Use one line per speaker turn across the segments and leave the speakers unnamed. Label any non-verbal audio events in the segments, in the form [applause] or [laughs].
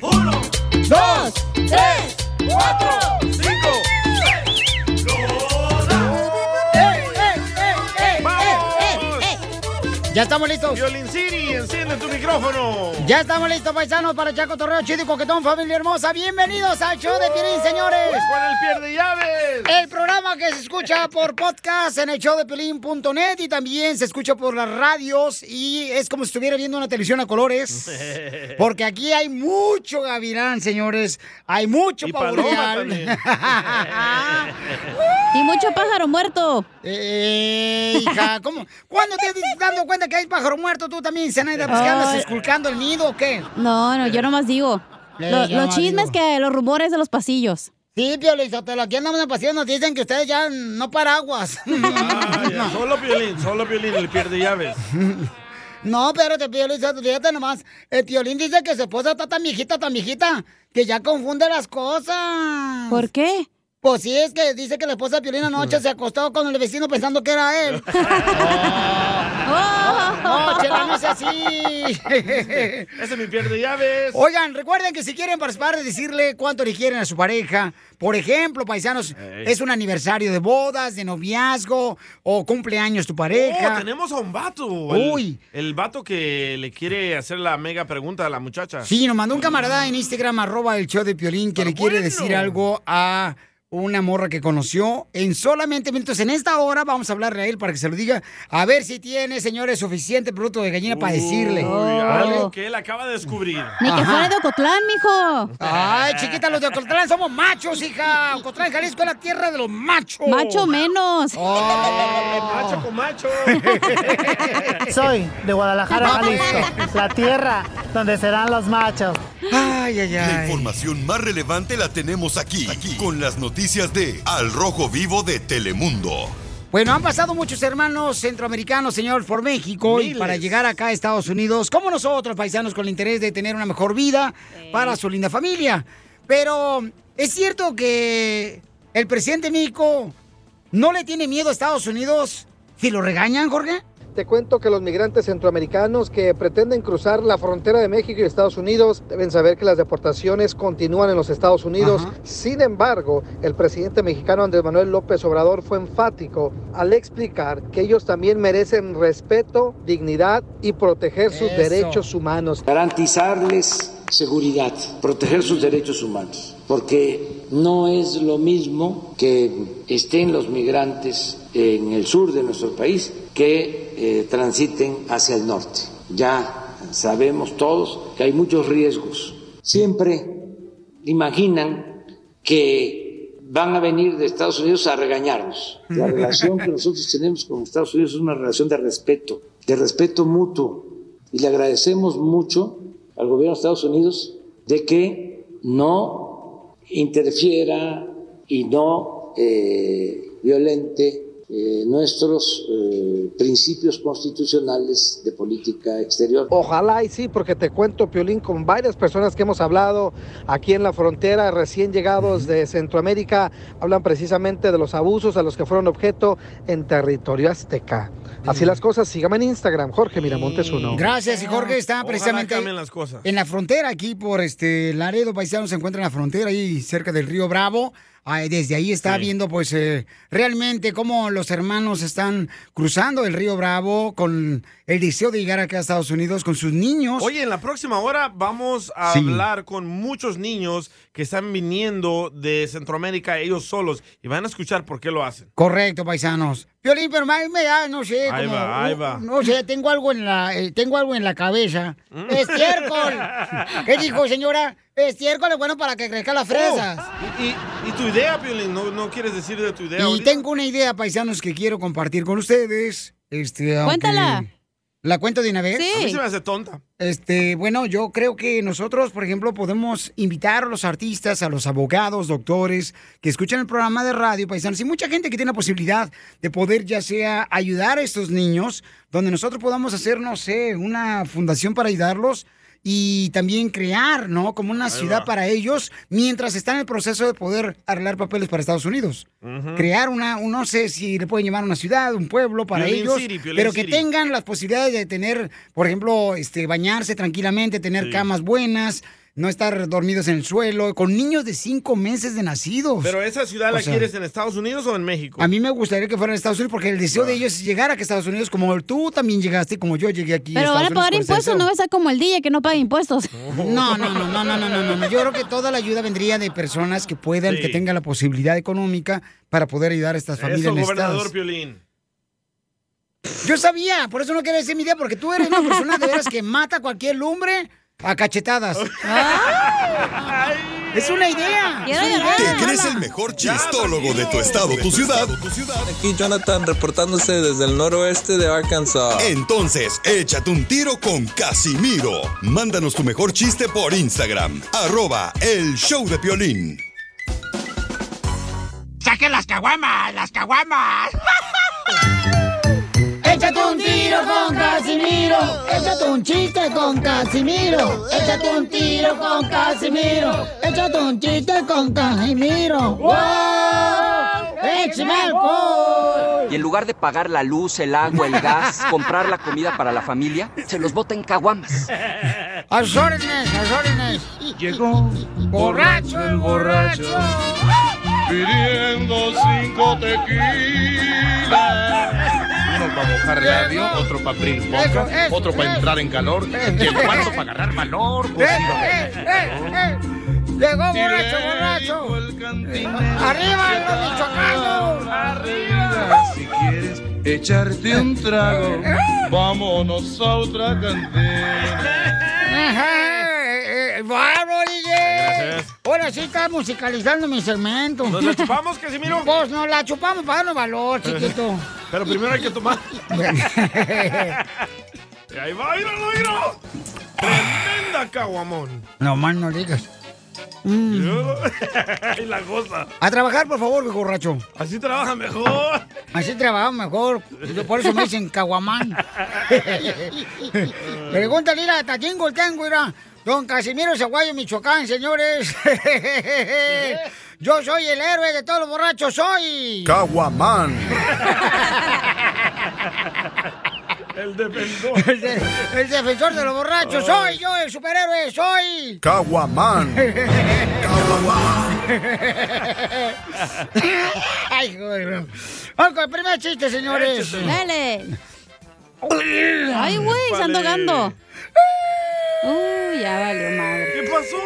Uno,
dos,
tres, cuatro, cinco, seis. ¡Lola!
¡Eh, Ya estamos listos.
Violin City, enciende tu micrófono.
Ya estamos listos, paisanos, para Chaco Torreo Chido y Coquetón, familia hermosa. Bienvenidos al show de Piolín, señores.
Pues Con el pierde llaves.
El programa que se escucha por podcast en el show de Piolín.net y también se escucha por las radios y es como si estuviera viendo una televisión
[laughs]
a colores. Porque aquí hay mucho gavilán, señores. Hay mucho
Y
pavo
paloma
real.
también.
[laughs] y mucho pájaro muerto. Eh, [laughs] hija, ¿cómo? ¿Cuándo te estás dando cuenta que hay pájaro muerto tú también, Zenaida? Pues que andas
Ay.
esculcando el nido o qué?
No, no, yo nomás digo.
Eh,
Lo-
yo
los
nomás
chismes
digo.
que, los rumores de los pasillos.
Sí, Piolizotelo, aquí andamos en pasión, nos dicen que ustedes ya no paraguas.
Vaya, Solo violín, solo violín, el pierde
[laughs]
llaves. Oh,
No, pero te pido, Luis, fíjate nomás. El tiolín dice que su esposa está tan viejita, tan viejita, que ya confunde las cosas.
¿Por qué?
Pues sí, es que dice que la esposa de Piolín anoche se acostó con el vecino pensando que era
[laughs]
él. [laughs] No, chela, no es así.
[laughs] Ese es mi pierde llaves.
Oigan, recuerden que si quieren participar de decirle cuánto le quieren a su pareja, por ejemplo, paisanos,
Ey.
es un aniversario de bodas, de noviazgo o cumpleaños tu
Oh,
pareja.
tenemos a un vato.
Uy.
El, el vato que le quiere hacer la mega pregunta a la muchacha.
Sí, nos mandó un camarada en Instagram, arroba el show de Piolín, que le quiere decir algo a una morra que conoció en solamente minutos. En esta hora vamos a hablarle a él para que se lo diga. A ver si tiene, señores, suficiente producto de gallina para decirle.
Uy,
¿Vale?
algo que él acaba de descubrir.
Ni que fuera de Ocotlán, mijo.
Ay, chiquita, los de Ocotlán somos machos, hija. Ocotlán, Jalisco es la tierra de los machos. Oh,
Macho menos.
macho con macho.
Oh. [laughs] Soy de Guadalajara,
Vamos.
Jalisco, la tierra donde serán los machos.
Ay, ay,
La información más relevante la tenemos aquí, aquí, con las noticias de Al Rojo Vivo de Telemundo.
Bueno, han pasado muchos hermanos centroamericanos, señor, por México y
Miles.
para llegar acá a Estados Unidos, como nosotros, paisanos, con el interés de tener una mejor vida para su linda familia. Pero es cierto que el presidente de México no le tiene miedo a Estados Unidos si lo regañan, Jorge.
Te cuento que los migrantes centroamericanos que pretenden cruzar la frontera de México y Estados Unidos deben saber que las deportaciones continúan en los Estados Unidos. Sin embargo, el presidente mexicano Andrés Manuel López Obrador fue enfático al explicar que ellos también merecen respeto, dignidad y proteger sus
Eso.
derechos humanos.
garantizarles seguridad, proteger sus derechos humanos, porque no es lo mismo que estén los migrantes en el sur de nuestro país que eh, transiten hacia el norte. Ya sabemos todos que hay muchos riesgos. Siempre imaginan que van a venir de Estados Unidos a regañarnos. La relación que nosotros tenemos con Estados Unidos es una relación de respeto, de respeto mutuo. Y le agradecemos mucho al gobierno de Estados Unidos de que no interfiera y no eh, violente eh, nuestros eh, principios constitucionales de política exterior.
Ojalá y sí, porque te cuento, Piolín, con varias personas que hemos hablado aquí en la frontera, recién llegados de Centroamérica, hablan precisamente de los abusos a los que fueron objeto en territorio azteca. Así las cosas, sígame en Instagram, Jorge Miramontes uno.
Gracias, y Jorge está
Ojalá
precisamente
cambien las cosas.
en la frontera, aquí por este Laredo, paisano, se encuentra en la frontera, ahí cerca del río Bravo. Ay, desde ahí está viendo, pues, eh, realmente cómo los hermanos están cruzando el río Bravo con el deseo de llegar acá a Estados Unidos con sus niños.
Oye, en la próxima hora vamos a
Sí.
hablar con muchos niños que están viniendo de Centroamérica ellos solos y van a escuchar por qué lo hacen.
Correcto, paisanos. Violín, pero más me da, no sé,
Ahí
como-
va, ahí va.
no sé, tengo algo en la, eh, tengo algo en la cabeza.
Mm. [laughs]
Estiércol. ¿Qué dijo, señora? Estiércol es bueno para que crezcan las fresas.
Oh, y, y- y tu idea, Piolín, no, no quieres decir de tu idea.
Y
ahorita?
tengo una idea, paisanos, que quiero compartir con ustedes. Este, aunque-
Cuéntala.
¿La cuento de una vez?
A mí se me hace tonta.
Este, bueno, yo creo que nosotros, por ejemplo, podemos invitar a los artistas, a los abogados, doctores, que escuchan el programa de radio, paisanos, y mucha gente que tiene la posibilidad de poder ya sea ayudar a estos niños, donde nosotros podamos hacer, no sé, una fundación para ayudarlos y también crear, ¿no? Como una
Ahí
ciudad
va.
para ellos mientras están en el proceso de poder arreglar papeles para Estados Unidos.
Ujú.
Crear una, un- no sé si le pueden llamar una ciudad, un pueblo para
Piolín
ellos,
City, Piolín
pero que
City.
tengan tengan las posibilidades de tener, por ejemplo, este, bañarse tranquilamente, tener
Sí.
camas buenas, no estar dormidos en el suelo, con niños de cinco meses de nacidos.
Pero esa ciudad la
O sea,
quieres en Estados Unidos o en México?
A mí me gustaría que fueran a Estados Unidos porque el deseo de ellos es llegar a que Estados Unidos, como tú también llegaste, como yo llegué aquí.
Pero van a
Estados
pagar
Unidos por ese
impuestos, no
deseo.
va a ser como el DJ que no paga impuestos.
No, no, no, no, no, no, no, no. Yo creo que toda la ayuda vendría de personas que puedan,
Sí.
que tengan la posibilidad económica para poder ayudar a estas familias
Eso,
necesitadas.
gobernador Piolín.
Yo sabía, por eso no quería decir mi idea, porque tú eres una persona de veras que mata cualquier lumbre a cachetadas. es una idea. es
Quiero
una idea.
llorar.
¿Te crees el mejor chistólogo de tu estado, tu ciudad?
Aquí Jonathan reportándose desde el noroeste de Arkansas.
Entonces, échate un tiro con Casimiro. Mándanos tu mejor chiste por Instagram. Arroba el show de Piolín.
¡Saquen las caguamas! ¡Las caguamas!
[laughs] Échate un tiro con Casimiro. Échate un chiste con Casimiro. Échate un tiro con Casimiro. Échate un chiste con Casimiro. ¡Wow! ¡Échame
[laughs]
alcohol!
Y en lugar de pagar la luz, el agua, el
[laughs]
gas, comprar la comida para la familia, se los bota en caguamas.
A sus órdenes, a sus órdenes.
Llegó
Borracho el borracho.
pidiendo cinco tequilas.
Uno para mojar labio, otro para abrir boca,
Eso, eso,
otro para
eso. ¿Eh?
entrar en calor y el cuarto para agarrar valor. pues,
Eh,
sí.
Llegó
Y le
borracho, borracho. ¡Arriba los michoacanos!
¡Arriba! Si quieres echarte un trago, vámonos a otra cantina.
Ajá, eh, eh, ¡Bravo, DJ! Ahora sí está musicalizando mi segmento.
¿Nos la chupamos, Casimiro?
Pues nos la chupamos para darnos
[laughs]
valor, chiquito. [laughs]
Pero primero hay que tomar. Y ahí va, míralo, míralo. Tremenda caguamón.
no más no digas. Mm.
y la cosa.
A trabajar, por favor, viejo borracho.
Así trabaja mejor.
Así trabajamos mejor. Yo Por eso me dicen
[laughs]
caguamán. Pregúntale mira, hasta quién goltengo, mira. Don Casimiro Zaguayo, Michoacán,
[laughs]
señores. Yo soy el héroe de todos los borrachos, soy.
Caguamán.
[laughs] El defensor.
El, de- el defensor de los borrachos, soy yo, el superhéroe, soy. [laughs]
Caguamán.
Ay, joder. Vamos con el primer chiste, señores.
Échatelo.
Dale. [laughs] Ay, güey, se
Vale.
andogando. Uy, ya valió madre.
¿Qué pasó?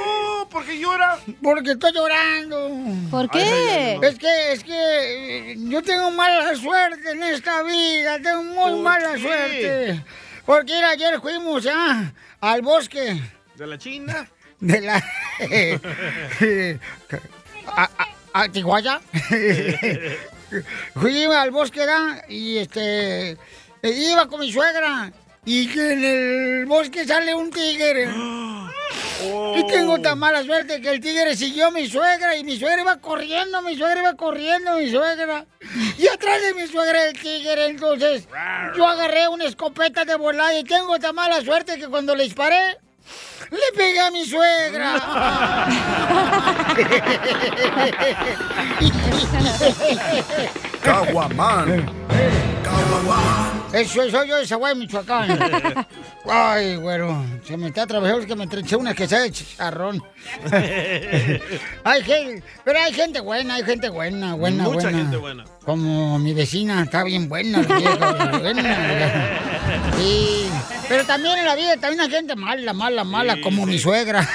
¿Por qué llora?
Porque estoy llorando.
¿Por
Ay, ay,
qué?
Es que, es que eh, yo tengo mala suerte en esta vida, tengo muy
¿Por
mala
qué?
suerte. Porque mira, ayer fuimos ah, al bosque
¿De la China?
de la...
[laughs]
[laughs] a, a- a Tijuana. Fui al bosque ah, y este... eh, Iba con mi suegra y que en el bosque sale un tigre. Y tengo tan mala suerte que el tigre siguió a mi suegra y mi suegra iba corriendo, mi suegra iba corriendo, mi suegra. Y atrás de mi suegra el tigre, entonces yo agarré una escopeta de volada y tengo tan mala suerte que cuando le disparé, le pegué a mi suegra.
Caguamán.
Eso soy yo de Zaguay,
[laughs]
Michoacán. Ay, güero, se me está atravesando es que me entreché una quesada
[laughs]
de chicharrón. Hay gente, pero hay gente buena, hay gente buena, buena,
Mucha
buena.
gente buena.
Como mi vecina, está bien buena, la vieja, buena.
[laughs]
Sí, pero también en la vida también hay gente mala, mala, mala,
Sí,
como
sí.
mi
[laughs]
suegra.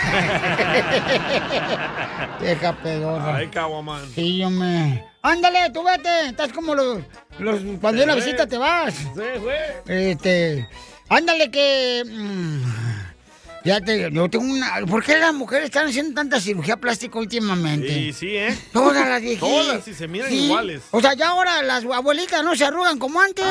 Deja pedorra.
Ay, caguamán.
Sí, yo me... Ándale, tú vete, estás como los... los cuando hay una
Sí.
visita te vas.
Sí, güey.
Este, ándale que... mm, ya te, yo tengo una... ¿Por qué las mujeres están haciendo tanta cirugía plástica últimamente?
Sí, sí, ¿eh?
Todas las viejitas.
Todas, sí, se miran iguales. Ah,
O sea, ya ahora las abuelitas no se arrugan como antes.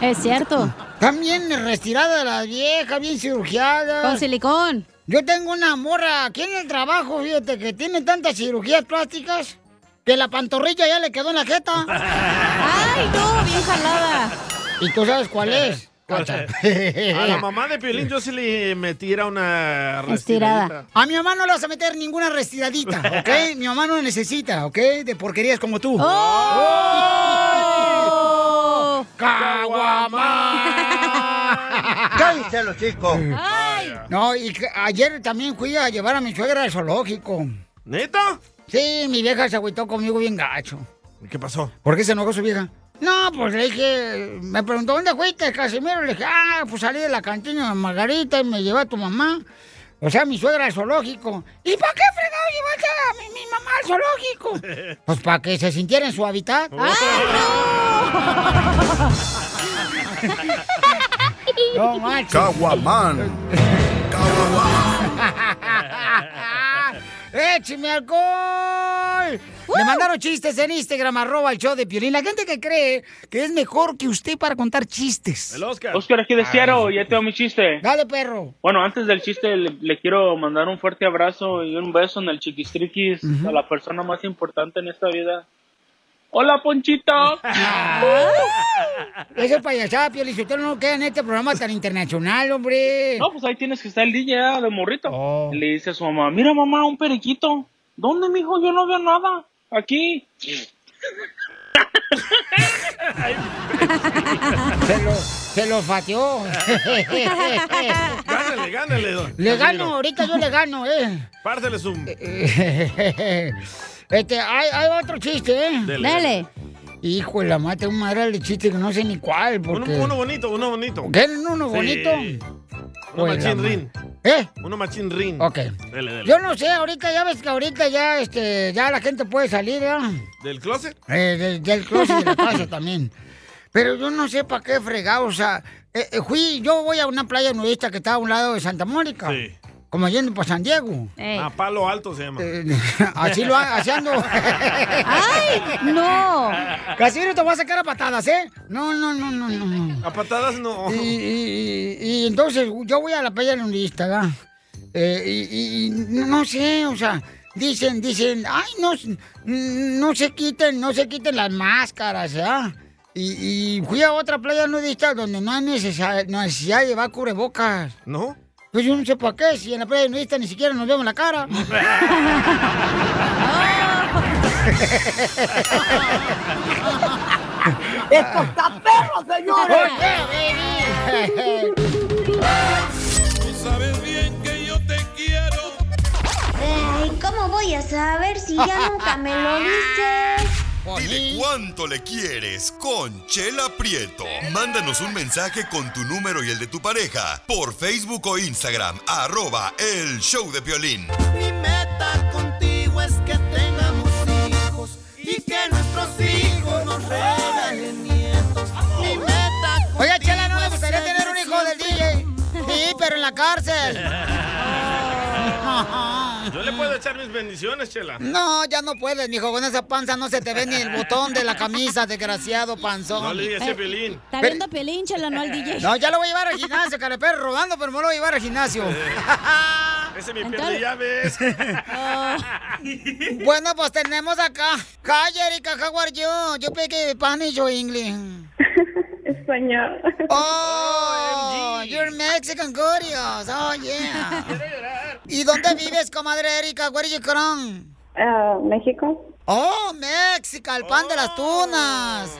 Es cierto.
Están bien retiradas las viejas, bien
Con
cirugiadas.
silicón.
Yo tengo una morra aquí en el trabajo, fíjate, que tiene tantas cirugías plásticas que la pantorrilla ya le quedó en la jeta.
[laughs] Ay, no, bien jalada.
¿Y tú sabes cuál es? Cacha.
Eh, A
[laughs]
la mamá de Piolín yo sí le metiera una
Estirada.
restiradita.
A mi mamá no le vas a meter ninguna restiradita, ¿ok? Mi mamá no necesita, ¿ok? De porquerías como tú. [laughs]
¡Oh!
¡Caguama!
Cállense los chicos.
¡Ay!
No, y que ayer también fui a llevar a mi suegra al zoológico.
¿Neta?
Sí, mi vieja se agüitó conmigo bien gacho.
¿Qué pasó?
¿Por qué se enojó su vieja? No, pues le dije, me preguntó, ¿dónde fuiste, Casimiro? Le dije, ah, pues salí de la cantina de Margarita y me llevé a tu mamá. O sea, mi suegra al zoológico. ¿Y para qué fregado llevaste a mi, mi mamá al zoológico? Pues para que se sintiera en su hábitat.
Oh.
No manches.
Caguamán.
"Ah, ¡Écheme alcohol! Me mandaron chistes en Instagram, arroba el show de Piolín. La gente que cree que es mejor que usted para contar chistes.
Oscar. aquí de Ciaro, ya tengo mi chiste.
Dale, perro.
Bueno, antes del chiste le, le quiero mandar un fuerte abrazo y un beso en el chiquistriquis a la persona más importante en esta vida. ¡Hola, Ponchito!
Eso es payasada, Piolín. Si usted no queda en este programa tan internacional, hombre.
No, pues ahí tienes que estar el DJ ah, de morrito. Y Le dice a su mamá, mira mamá, un periquito. ¿Dónde, mijo? Yo no veo nada. Aquí.
Se lo, se lo
[laughs]
fateó. [laughs]
Gánale, gánale, don.
Le gano,
Casimiro.
ahorita yo le gano, eh.
Pártele su...
Este, hay, hay otro chiste, eh.
Dele. Dale.
Hijo de la mate, un madre de chiste que no sé ni cuál,
[laughs]
porque...
Uno, uno bonito, uno bonito.
¿Quieren uno
Sí.
bonito?
Uno
Oiga,
machín
ma-
rin.
¿Eh?
Uno machín rin.
Ok.
Dele, dele.
Yo no sé, ahorita ya ves que ahorita ya, este, ya la gente puede salir, ¿verdad?
¿Del closet?
Eh, de- del closet de la casa también. Pero yo no sé para qué fregado, o sea, eh, eh, fui, yo voy a una playa nudista que está a un lado de Santa Mónica.
Sí.
Como yendo para San Diego.
A Ah, palo alto se llama.
Eh, [laughs] Así lo ha- así ando. [laughs] ¡Ay! ¡No! Casimiro te voy a sacar a patadas, ¿eh? No, no, no, no, no, no.
A patadas no.
Y, y- y- y entonces yo voy a la playa nudista, ¿verdad? Eh, y, y- y no no sé, o sea, dicen, dicen, ay, no, s- no se quiten, no se quiten las máscaras, ¿verdad? Y, y fui a otra playa nudista donde no hay necesidad, no hay necesidad de llevar cubrebocas.
¿No?
Pues yo no sé para qué, si en la playa nudista ni siquiera nos vemos
[laughs]
la cara.
¡Esto está perro, señores!
Tú sabes bien que yo te quiero.
Ay, ¿cómo voy a saber si ya nunca me lo dices?
Dile cuánto le quieres con Chela Prieto. Mándanos un mensaje con tu número y el de tu pareja por Facebook o Instagram, arroba el show de violín.
Mi meta contigo es que tengamos hijos y que nuestros hijos nos regalen nietos. Mi meta contigo
Oiga, Chela, ¿no le
es
gustaría tener un hijo del DJ? Sí, pero en la cárcel.
Yo le puedo echar mis bendiciones, Chela.
No, ya no puedes, mijo. Con esa panza no se te ve ni el botón de
[laughs]
la camisa, desgraciado panzón. Eh,
No le digas ese pelín.
Está viendo pelín, chela, no al DJ.
No, ya lo voy a llevar al gimnasio, perro, rodando, pero me lo voy a llevar al gimnasio.
Eh.
[laughs]
Ese me
Entonces-
pierde llaves.
[laughs] bueno, pues tenemos acá. Hi, Erika, how are you? You speak Spanish or English? Español. Oh, you're Mexican curious. Oh, yeah. ¿Y dónde vives, comadre Erika? Where are you from?
México.
Oh, México, el pan de
Oh.
las tunas.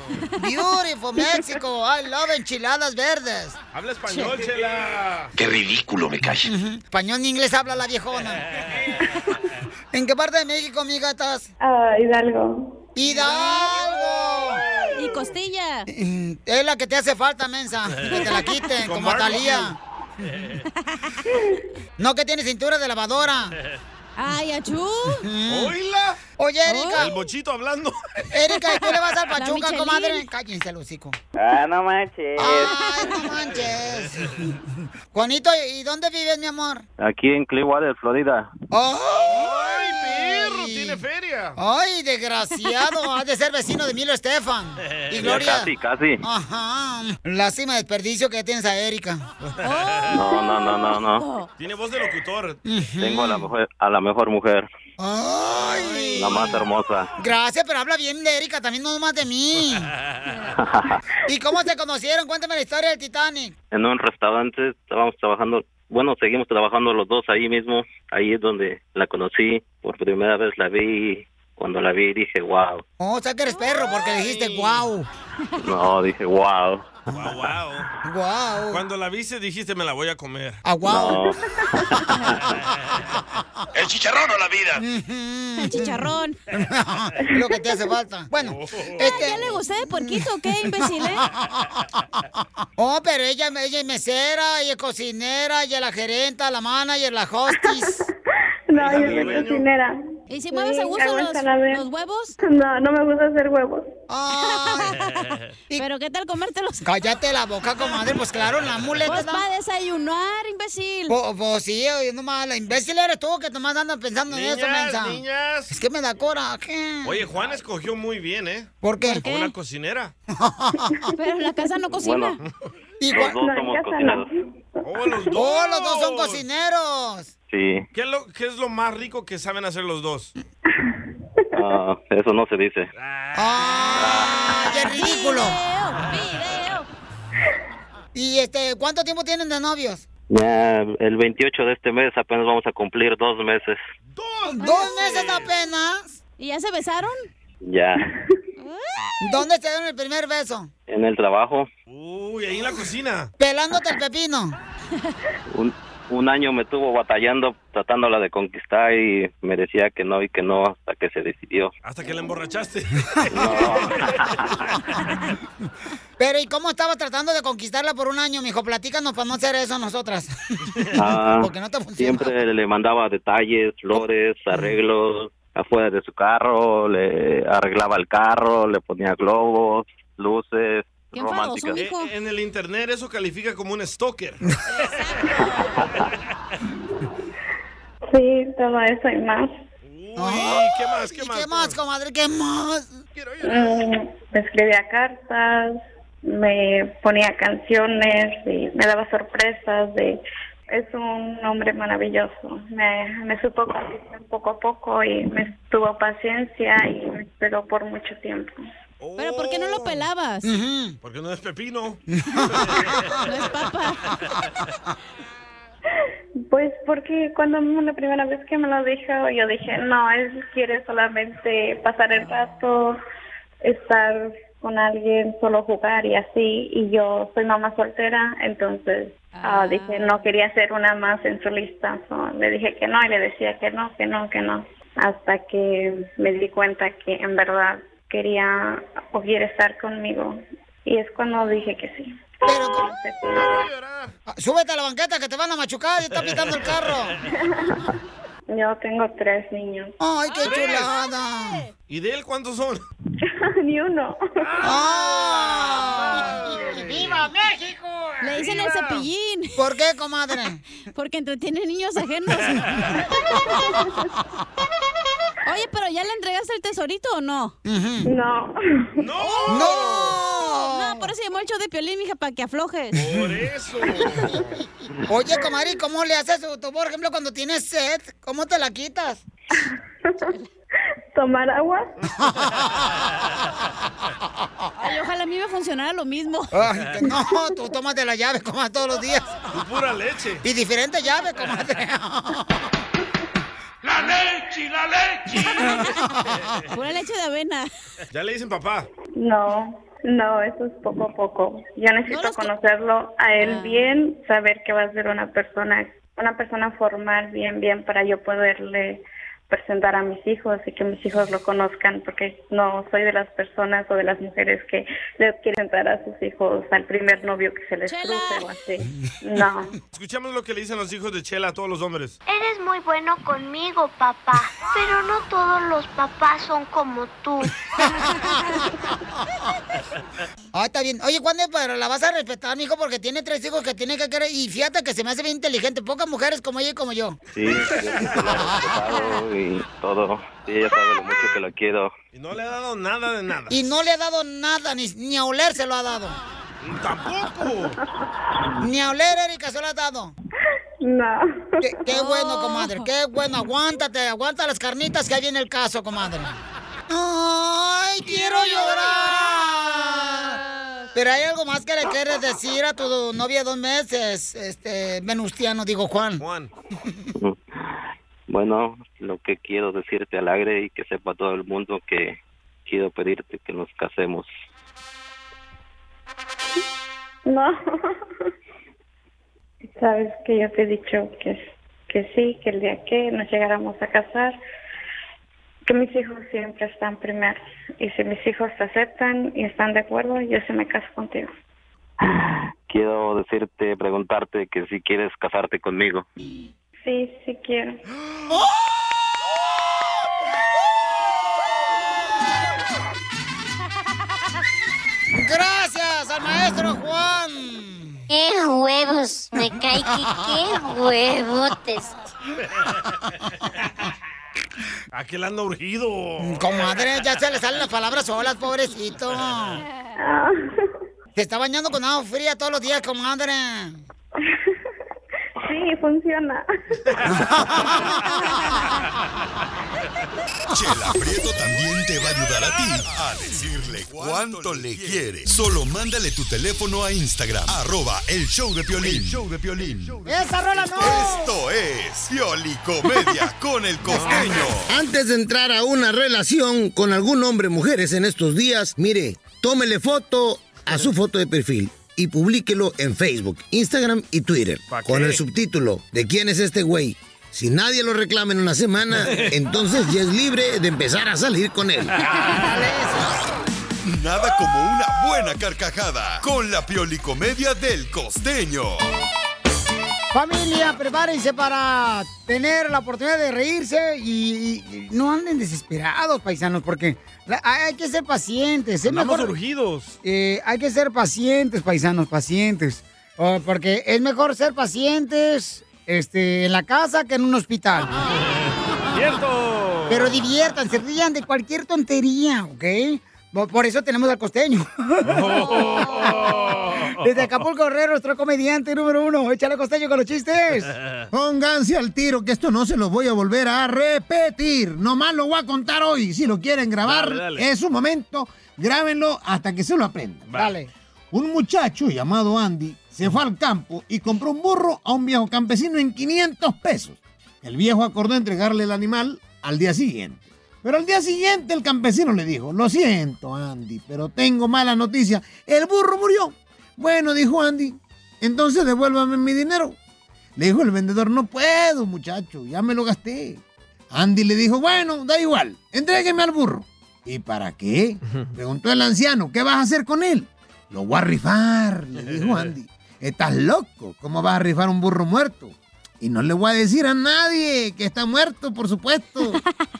[laughs]
Beautiful México. I love enchiladas verdes.
Habla español, Chela.
Qué ridículo me cae.
Español ni inglés habla
[laughs]
la viejona. ¿En qué parte de México, amiga, estás?
Hidalgo.
¡Hidalgo!
Y costilla.
Es la que te hace falta, mensa. Que te la
[laughs]
quiten,
Con
como a
Marvel.
Talía. No, que tiene cintura de lavadora.
Ay, achú.
Oíla. Oye, Erika.
El bochito hablando.
Erika, ¿y tú le vas al
La
Pachuca,
Michelin.
comadre? Cállense el hocico.
Ah, no manches.
Ay, no manches. Juanito, ¿y dónde vives, mi amor?
Aquí en Clearwater, Florida.
Oh, ¡Ay, perro! Tiene feria. ¡Ay, desgraciado! Ha de ser vecino de Milo Estefan. Y
Ya
Gloria.
Casi, casi.
Ajá. Lástima desperdicio que tienes a Erika.
No, no, no, no, no.
Tiene voz de locutor.
Tengo a la mejor, a la mejor mujer,
¡Ay!
la más hermosa. [laughs]
Gracias, pero habla bien de Erika, también no más de
[laughs]
mí. ¿Y cómo se conocieron? Cuéntame la historia del Titanic.
en un restaurante estábamos trabajando, bueno, seguimos trabajando los dos ahí mismo. Ahí es donde la conocí. Por primera vez la vi y cuando la vi dije, wow.
Oh, o sea que eres perro porque dijiste, wow.
No, dije, wow.
Wow, wow.
Wow.
Cuando la viste dijiste me la voy a comer.
Ah, [laughs] wow.
El chicharrón o la vida.
[laughs] El chicharrón.
[laughs] Lo que te hace falta. Bueno,
este... ¿Ya le gusté de porquito o qué, imbécil, eh?
[laughs] Oh, pero ella, ella es mesera, ella es cocinera, ella es la gerenta, la manager, la hostis.
No, yo soy cocinera.
¿Y si mueves a gusto
hago
los,
ensalada.
los huevos?
No, no me gusta hacer huevos.
¿Pero qué tal comértelos?
Cállate la boca, comadre. Pues claro, la muleta.
Pues para desayunar,
[laughs]
imbécil.
Pues, pues sí, oye, nomás la imbécil eres tú que nomás andas pensando en eso,
Niñas,
mensa.
niñas.
Es que me da coraje.
Oye, Juan escogió muy bien, ¿eh?
¿Por qué?
A Una cocinera.
Pero en la casa no cocina.
Bueno,
Y
los
Juan-
dos somos cocineros. ¡Oh, los dos!
¡Oh, los dos son cocineros!
Sí,
¿Qué es, lo, qué es lo más rico que saben hacer los dos?
ah, eso no se dice.
¡Ah, qué ridículo! ¿Y este, cuánto tiempo tienen de novios?
Ya, el 28 de este mes apenas vamos a cumplir dos meses.
¿Dos meses apenas?
¿Y ya se besaron?
Ya,
¿Dónde te dieron el primer beso?
en el trabajo.
Uy, ahí en la cocina.
Pelándote el pepino.
Un, un año me estuvo batallando, tratándola de conquistar y me decía que no y que no hasta que se decidió.
Hasta que la emborrachaste.
Pero, ¿y cómo estabas tratando de conquistarla por un año, mijo? Platícanos para no hacer eso nosotras.
Ah,
Porque no te funciona.
Siempre le mandaba detalles, flores, arreglos afuera de su carro, le arreglaba el carro, le ponía globos, luces, románticas.
Eh, en el internet eso califica como un stalker.
Sí, todo eso y más.
Uy, ¿qué más? ¿Qué
¿Y qué más, comadre? ¿Qué más?
Mm, Me escribía cartas, me ponía canciones y me daba sorpresas. De, es un hombre maravilloso. Me, me supo conquistar poco a poco y me tuvo paciencia y me esperó por mucho tiempo.
¿Pero por qué no lo pelabas?
Oh. Porque no es
[laughs]
pepino.
No es papa.
Pues porque cuando la primera vez que me lo dijo, yo dije, no, él quiere solamente pasar el rato, estar con alguien, solo jugar y así. Y yo soy mamá soltera, entonces ah, dije, no quería ser una más en su lista. So, le dije que no y le decía que no, que no, que no. Hasta que me di cuenta que en verdad quería o quiere estar conmigo. Y es cuando dije que sí.
Ah, Súbete a la banqueta que te van a machucar y está pitando el carro.
Yo tengo tres niños.
¡Ay, qué
Tres.
chulada!
¿Y de él cuántos son?
[laughs] Ni uno.
¡Viva México!
Le dicen el cepillín.
¿Por qué, comadre?
[laughs] Porque entretiene niños ajenos.
[laughs]
Oye, pero ¿ya le entregaste el tesorito o no?
No.
¡No!
¡No! No, por eso llamó el show de Piolín, mija, para que aflojes.
Por eso.
Oye, comadre, ¿cómo le haces tú, por ejemplo, cuando tienes sed? ¿Cómo te la quitas?
¿Tomar agua?
Ay, ojalá a mí me funcionara lo mismo.
Ay, que no, tú tomas de la llave, comadre, todos los días.
Y pura leche.
Y diferentes
[laughs]
llaves, comadre.
¡La leche, la leche!
[laughs] Pura leche de avena.
ya le dicen papá.
No, no, eso es poco a poco. Yo necesito conocerlo a él bien, saber que va a ser una persona, una persona formal bien, bien para yo poderle presentar a mis hijos y que mis hijos lo conozcan, porque no soy de las personas o de las mujeres que le quieren dar a sus hijos al primer novio que se les cruce o así.
[laughs]
No.
Escuchamos lo que le dicen los hijos de Chela a todos los hombres.
Eres muy bueno conmigo, papá, pero no todos los papás son como tú.
[laughs] Ah, está bien. Oye, Juan, pero la vas a respetar, mijo, porque tiene tres hijos que tiene que querer. Y fíjate que se me hace bien inteligente. Pocas mujeres como ella y como yo.
Sí, yo sí se la he respetado y todo. Sí, ella sabe lo mucho que la quiero.
Y no le ha dado nada de nada.
Y no le ha dado nada, ni, ni a oler se lo ha dado.
¡Tampoco!
Ni a oler, Erika, se lo ha dado.
No.
Qué, qué bueno, comadre, qué bueno. Aguántate, aguanta las carnitas que hay en el caso, comadre. ¡Ay, quiero llorar! Pero hay algo más que le quieres decir a tu novia de dos meses, este, Venustiano, digo Juan.
Juan.
Bueno, lo que quiero decirte al aire y que sepa todo el mundo que quiero pedirte que nos casemos.
No. [laughs] Sabes que yo te he dicho que, que sí, que el día que nos llegáramos a casar, que mis hijos siempre están primero. Y si mis hijos te aceptan y están de acuerdo, yo sí me caso contigo.
Quiero decirte, preguntarte que si quieres casarte conmigo.
Sí, sí quiero.
Gracias al maestro Juan.
¡Qué huevos! Me cae que qué huevotes.
Aquel anda urgido.
Mm, Comadre, Oh, ya se le salen las palabras solas,
[laughs]
pobrecito. Te está bañando con agua fría todos los días, comadre.
Sí, funciona.
Chela Prieto también te va a ayudar a ti a decirle cuánto le quiere. Solo mándale tu teléfono a Instagram, arroba el show de Piolín. El show de Piolín.
¡Esa rola no!
Esto es Piolicomedia con el costeño.
Antes de entrar a una relación con algún hombre o mujeres en estos días, mire, tómele foto a su foto de perfil y publíquelo en Facebook, Instagram y Twitter con el subtítulo ¿De quién es este güey? Si nadie lo reclama en una
[laughs]
semana, entonces ya es libre de empezar a salir con él.
[laughs]
Nada como una buena carcajada con la Piolicomedia del costeño.
Familia, prepárense para tener la oportunidad de reírse y, y- y no anden desesperados, paisanos, porque la- hay hay que ser pacientes. Es
Andamos
mejor-
urgidos.
Eh, hay que ser pacientes, paisanos, pacientes. Oh, porque es mejor ser pacientes este, en la casa que en un hospital.
[laughs] ¡Cierto!
Pero diviértanse, rían de cualquier tontería, ¿ok? Bo- Por eso tenemos al
[laughs]
costeño. Desde Acapulco Herrero, nuestro comediante número uno. Échale costeño con los chistes.
Pónganse al tiro, que esto no se los voy a volver a repetir. Nomás lo voy a contar hoy. Si lo quieren grabar,
Dale, dale.
es su momento. Grábenlo hasta que se lo aprendan.
Vale.
Un muchacho llamado Andy se fue al campo y compró un burro a un viejo campesino en 500 pesos. El viejo acordó entregarle el animal al día siguiente. Pero al día siguiente el campesino le dijo, lo siento Andy, pero tengo mala noticia. El burro murió. Bueno, dijo Andy, entonces devuélvame mi dinero. Le dijo el vendedor, no puedo muchacho, ya me lo gasté. Andy le dijo, bueno, da igual, entrégueme al burro. ¿Y para qué? Preguntó el anciano, ¿qué vas a hacer con él? Lo voy a rifar, le dijo Andy. Estás loco, ¿cómo vas a rifar un burro muerto? Y no le voy a decir a nadie que está muerto, por supuesto.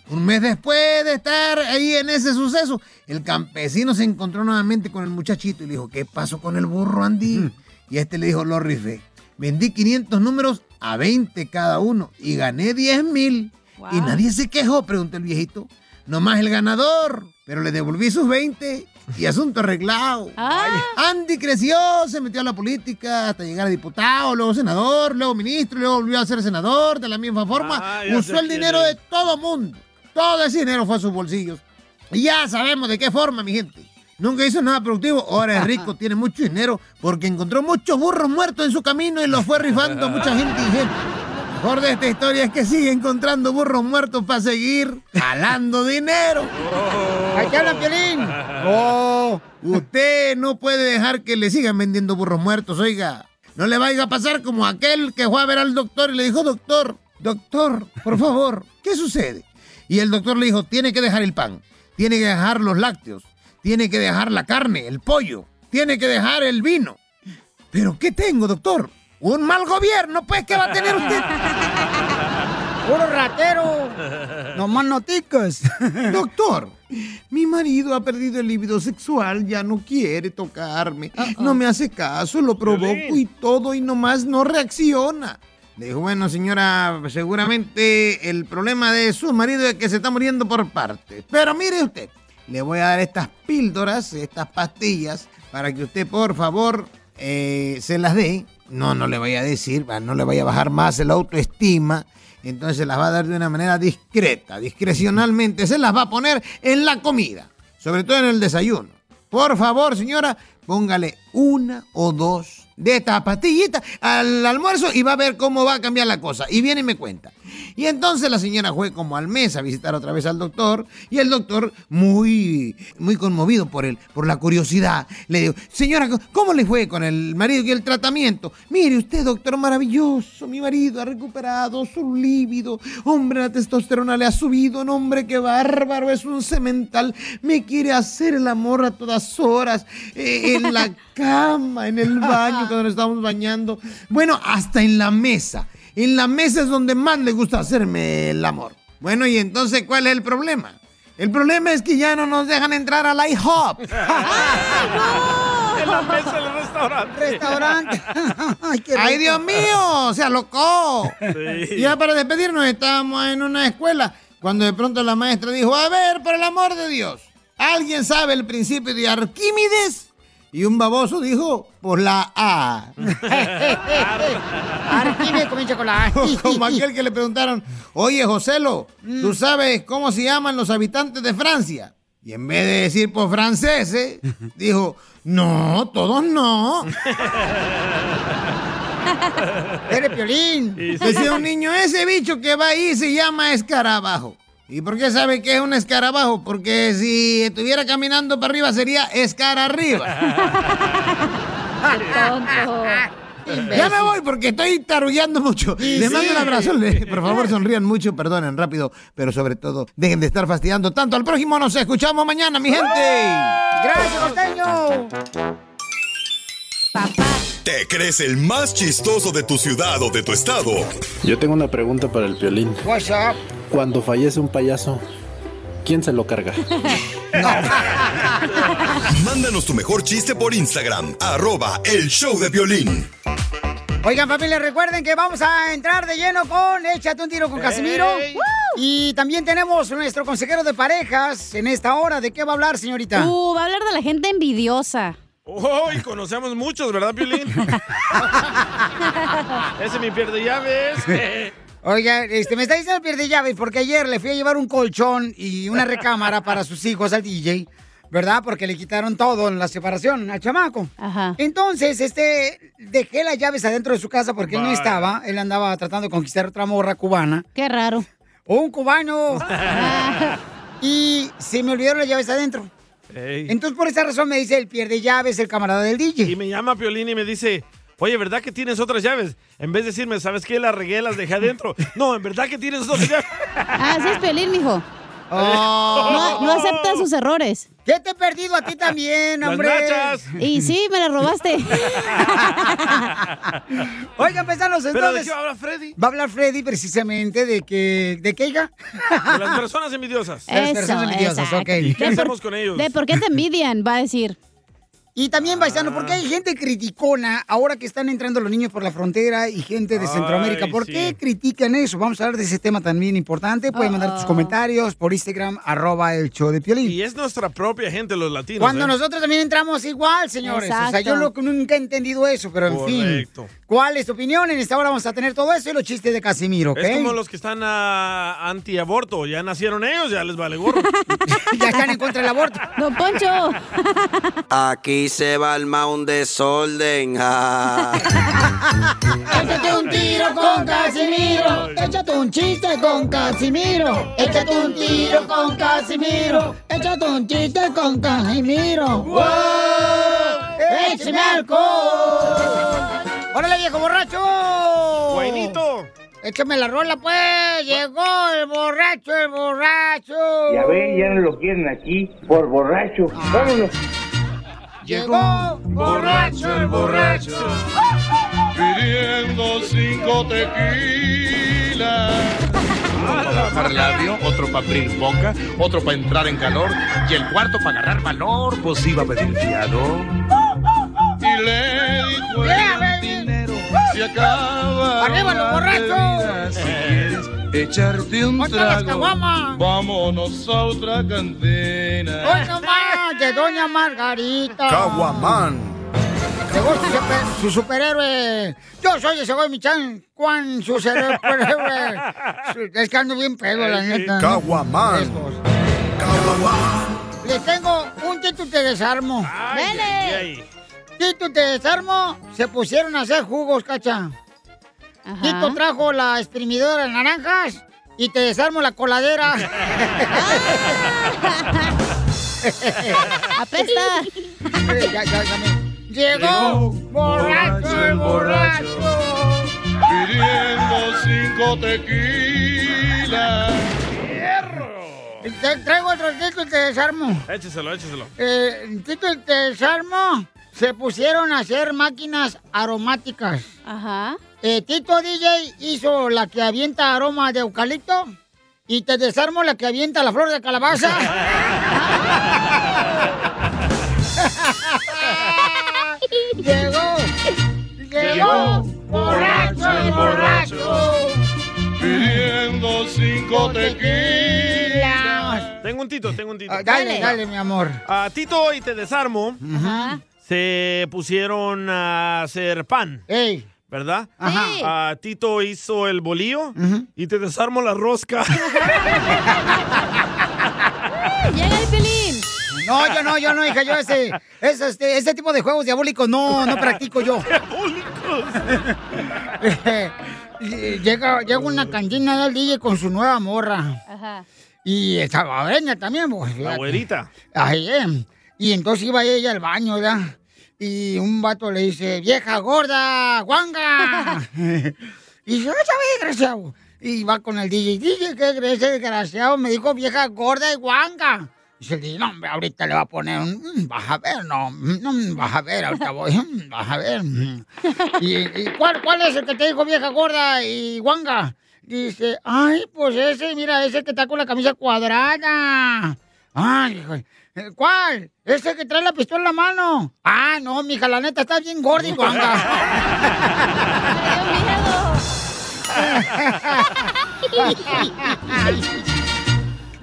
Un mes después de estar ahí en ese suceso, el campesino se encontró nuevamente con el muchachito y le dijo, ¿qué pasó con el burro, Andy? Y este le dijo, lo rifé. Vendí 500 números a 20 cada uno y gané 10 mil. Y nadie se quejó, preguntó el viejito. Nomás el ganador, pero le devolví sus 20 y asunto arreglado. Andy creció, se metió a la política hasta llegar a diputado, luego senador, luego ministro, luego volvió a ser senador de la misma forma.
Ah, ya sé
Usó el
quién
dinero
es.
de todo mundo. Todo ese dinero fue a sus bolsillos. Y ya sabemos de qué forma, mi gente. Nunca hizo nada productivo. Ahora es rico, tiene mucho dinero porque encontró muchos burros muertos en su camino y los fue rifando a mucha gente ingenua. Lo Mejor de esta historia es que sigue encontrando burros muertos para seguir jalando dinero.
¡Ahí te hablan, Piolín!
¡Oh! Usted no puede dejar que le sigan vendiendo burros muertos, oiga. No le vaya a pasar como aquel que fue a ver al doctor y le dijo, doctor, doctor, por favor, ¿qué sucede? Y el doctor le dijo, tiene que dejar el pan, tiene que dejar los lácteos, tiene que dejar la carne, el pollo, tiene que dejar el vino. ¿Pero qué tengo, doctor? Un mal gobierno, pues, ¿qué va a tener usted?
[laughs] ¡Puro ratero!
[laughs] No más noticas. [laughs] Doctor, mi marido ha perdido el libido sexual, ya no quiere tocarme. No me hace caso, lo provoco y todo y nomás no reacciona. Le dijo, bueno, señora, seguramente el problema de su marido es que se está muriendo por partes. Pero mire usted, le voy a dar estas píldoras, estas pastillas, para que usted, por favor, eh, se las dé. No, no le voy a decir, va, no le vaya a bajar más el autoestima. Entonces se las va a dar de una manera discreta, discrecionalmente. Se las va a poner en la comida, sobre todo en el desayuno. Por favor, señora, póngale una o dos de estas pastillitas al almuerzo y va a ver cómo va a cambiar la cosa. Y viene y me cuenta. Y entonces la señora fue como al mes a visitar otra vez al doctor y el doctor, muy, muy conmovido por él, por la curiosidad, le dijo, señora, ¿cómo le fue con el marido y el tratamiento? Mire usted, doctor, maravilloso, mi marido ha recuperado su líbido, hombre, la testosterona le ha subido, no, hombre, qué bárbaro, es un semental, me quiere hacer el amor a todas horas, eh, en la cama, en el baño, cuando nos estamos bañando, bueno, hasta en la mesa. En la mesa es donde más le gusta hacerme el amor. Bueno, y entonces, ¿cuál es el problema? El problema es que ya no nos dejan entrar al IHOP.
En la mesa
del restaurante.
[laughs] Restaurante.
Ay, qué
¡Ay,
rico.
Dios mío! ¡Se alocó!
Sí.
Y Ya para despedirnos estábamos en una escuela cuando de pronto la maestra dijo, a ver, por el amor de Dios, ¿alguien sabe el principio de Arquímedes? Y un baboso dijo, por la A.
[laughs] Arquímedes comienza con la A.
[laughs] Como aquel que le preguntaron, oye, Joselo, ¿tú
Mm.
sabes cómo se llaman los habitantes de Francia? Y en vez de decir, por franceses, dijo, no, todos no. Eres piolín. Decía un niño, ese bicho que va ahí se llama escarabajo. ¿Y por qué sabe que es un escarabajo? Porque si estuviera caminando para arriba sería escara arriba. Ya me voy porque estoy tarullando mucho. Les mando
sí.
un abrazo. le- Por favor, sonrían mucho, perdonen rápido, pero sobre todo, dejen de estar fastidiando tanto al prójimo. Nos escuchamos mañana, mi gente.
Gracias, costeño.
¿Te crees el más chistoso de tu ciudad o de tu estado?
Yo tengo una pregunta para el violín.
What's up?
Cuando fallece un payaso, ¿quién se lo carga?
Mándanos tu mejor chiste por Instagram, arroba el show de violín.
Oigan, familia, recuerden que vamos a entrar de lleno con Échate un tiro con Casimiro.
¡Ey!
Y también tenemos nuestro consejero de parejas en esta hora. ¿De qué va a hablar, señorita?
Uh, va a hablar de la gente envidiosa.
Oh, y conocemos muchos, ¿verdad,
[laughs]
Piolín? Ese me pierde llaves.
[laughs] Oiga, este, me está diciendo el pierde llaves porque ayer le fui a llevar un colchón y una recámara para sus hijos al DJ, ¿verdad? Porque le quitaron todo en la separación al chamaco. Ajá. Entonces, este, dejé las llaves adentro de su casa porque él no
Vaya.
estaba. Él andaba tratando de conquistar otra morra cubana. Qué raro. O un [laughs] cubano. y se me olvidaron las llaves adentro.
Eh,
Entonces, por esa razón me dice el pierde llaves, el camarada del DJ.
Y me llama Piolín y me dice, oye, ¿verdad que tienes otras llaves? En vez de decirme, ¿sabes qué? Las regué, las dejé
[laughs]
adentro. No, en verdad que tienes otras llaves.
Ah, sí es Piolín, mijo.
Oh.
No, no acepta sus errores.
¿Qué te he perdido a ti también,
Las
hombre?
nachas. Y sí, me las
[laughs]
robaste.
Oigan, paisanos,
¿Pero de
entonces...
qué va a hablar Freddy?
Va a hablar Freddy precisamente de que... ¿De qué, hija?
De las personas envidiosas.
Las personas envidiosas, ok.
¿Y qué hacemos con ellos?
De por qué te envidian, va a decir.
Y también, paisano, porque
Ah.
hay gente criticona ahora que están entrando los niños por la frontera y gente de
Ay,
Centroamérica. ¿Por
sí.
qué critican eso? Vamos a hablar de ese tema también importante. Pueden mandar
Oh.
tus comentarios por Instagram, arroba el show de Piolín.
Y es nuestra propia gente, los latinos.
Cuando
¿eh?
nosotros también entramos igual, señores. O sea,
Exacto.
yo lo- nunca he entendido eso, pero en
Correcto.
fin. ¿Cuál es tu opinión? En esta hora vamos a tener todo eso y los chistes de Casimiro, ¿ok?
Es como los que están ah, antiaborto. Ya nacieron ellos, ya les vale gorro.
[laughs] ya están en contra del aborto.
Don Poncho.
Aquí se va a armar un desorden. ah.
Échate un tiro con Casimiro. Échate un chiste con Casimiro. Échate un tiro con Casimiro. Échate un chiste con Casimiro.
¡Wow! ¡Échame alcohol!
¡Órale, viejo borracho!
Buenito.
Échame la rola, pues. Llegó el borracho, el borracho.
Ya ven, ya no lo quieren aquí por borracho. Vámonos.
Llegó
borracho el borracho
pidiendo cinco tequilas. Uno para bajar labio, otro para abrir boca, otro para entrar en calor y el cuarto para agarrar valor, pues iba a pedir fiado.
y le dijo el dinero se acaba.
¡Arriba los borrachos!
Si quieres echarte un
¡Ponte las
trago,
caguamas!
vámonos a otra
Hoy
cantina.
nomás de Doña Margarita.
Caguamán.
Llegó su, super- su superhéroe. Yo soy ese güey, Michan. Juan, su [laughs] superhéroe. Su- Es que ando bien pedo, la neta.
Caguaman.
Les tengo un Tito te desarmo.
ay,
¡Vele! Tito te desarmo. Se pusieron a hacer jugos, cacha. Nico trajo la exprimidora de naranjas y te desarmo la coladera. [laughs] ¡Apesta! ya, ya, ya me- Llegó borracho el borracho
pidiendo cinco tequilas.
Te- Traigo otro tito y te desarmo.
Écheselo, écheselo.
Eh, tito y te desarmo. Se pusieron a hacer máquinas aromáticas. Ajá. Tito DJ hizo la que avienta aroma de eucalipto. Y te desarmo la que avienta la flor de calabaza. Llegó.
Llegó borracho el borracho.
Pidiendo cinco
tequilas.
Tengo un tito, tengo un tito.
Eh, ah, dale, dale, mi amor.
A Tito y te desarmo.
Ajá.
Se pusieron a hacer pan. ¿Verdad?
Ajá.
Sí.
A Tito hizo el bolillo y te desarmo la rosca.
[laughs] ¡Llega el pelín! No, yo no, yo no, hija, yo ese, ese, este, ese tipo de juegos diabólicos no, no practico yo. [laughs] Eh, llega, llega una cantina del DJ con su nueva morra.
Ajá.
Y estaba veña también, pues.
La güerita.
Ahí, eh. Y entonces iba ella al baño, ¿verdad? Y un vato le dice, vieja gorda,
[laughs]
guanga. y yo, ¿sabes, desgraciado? Y va con el DJ, DJ, ¿qué crees, desgraciado? Me dijo vieja gorda y guanga. Y se le dice, no, hombre, ahorita le va a poner un, mm, vas a ver, no, mm, no, mm, vas a ver, ahorita voy, mm, vas a ver. mm". ¿Y, y cuál, cuál es el que te dijo vieja gorda y guanga? Dice, ay, pues ese, mira, ese que está con la camisa cuadrada. Ay, hijo. eh, ¿Cuál? Ese que trae la pistola en la mano. Ah, no, mija, la neta está bien gorda y guanga.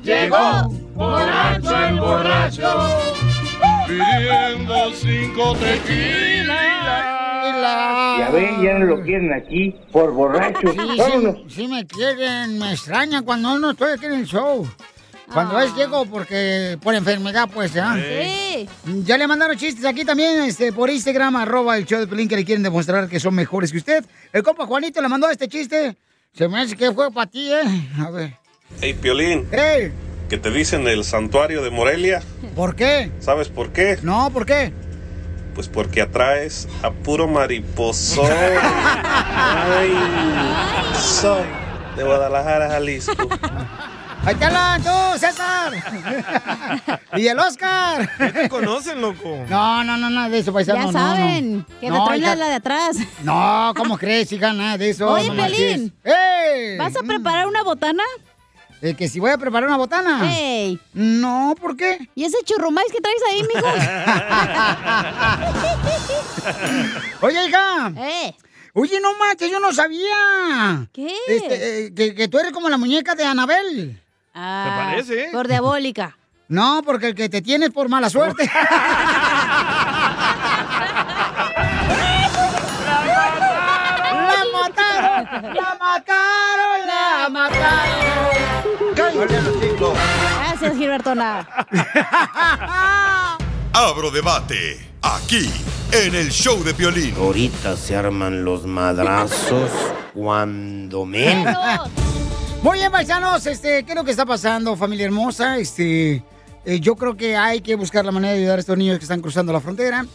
Llegó borracho el borracho.
Pidiendo cinco tequilas.
Ya
ven, ya no lo quieren aquí por borracho.
Ah.
Sí,
Vámonos.
sí, sí me quieren, me extrañan cuando no estoy aquí en el show. Cuando es llego porque por enfermedad, pues, ¿ah?
Sí.
Ya le mandaron chistes aquí también, este, por Instagram, arroba el show de Pelín, que le quieren demostrar que son mejores que usted. El compa Juanito le mandó este chiste. Se me hace que fue para ti, ¿eh? A ver.
Hey, Piolín.
¡Ey!
Que te dicen el santuario de Morelia.
¿Por qué?
¿Sabes por qué?
No, ¿por qué?
Pues porque atraes a puro
[laughs]
mariposón. Ay, soy de Guadalajara, Jalisco.
¡Ahí te hablan tú, César! [laughs] ¡Y el Oscar! ¿Qué te
conocen, loco?
No, no, no, nada de eso, paisano.
Ya
no,
saben,
no.
que me
No,
traen la,
hija,
la de atrás.
No, ¿cómo crees, hija? Nada de eso.
Oye,
no marches.
Pelín.
pues, ¡Ey!
¿Vas a preparar una botana?
Eh, que si voy a preparar una botana.
¡Ey!
No, ¿por qué?
¿Y ese churrumais que traes ahí,
[laughs]
mijo?
Oye, hija. Oye, no manches, yo no sabía.
Eh. ¿Qué?
Este, eh, que, que tú eres como la muñeca de Anabel.
Ah,
parece, eh?
Por diabólica.
No, porque el que te tiene es por mala suerte. ¡La mataron! ¡La mataron! ¡La mataron!
Gracias, Gilbertona.
Abro debate. Aquí, en el show de Piolín.
Ahorita se arman los madrazos cuando menos.
Muy bien, paisanos, este, ¿qué es lo que está pasando, familia hermosa? Este, eh, yo creo que hay que buscar la manera de ayudar a estos niños que están cruzando la frontera.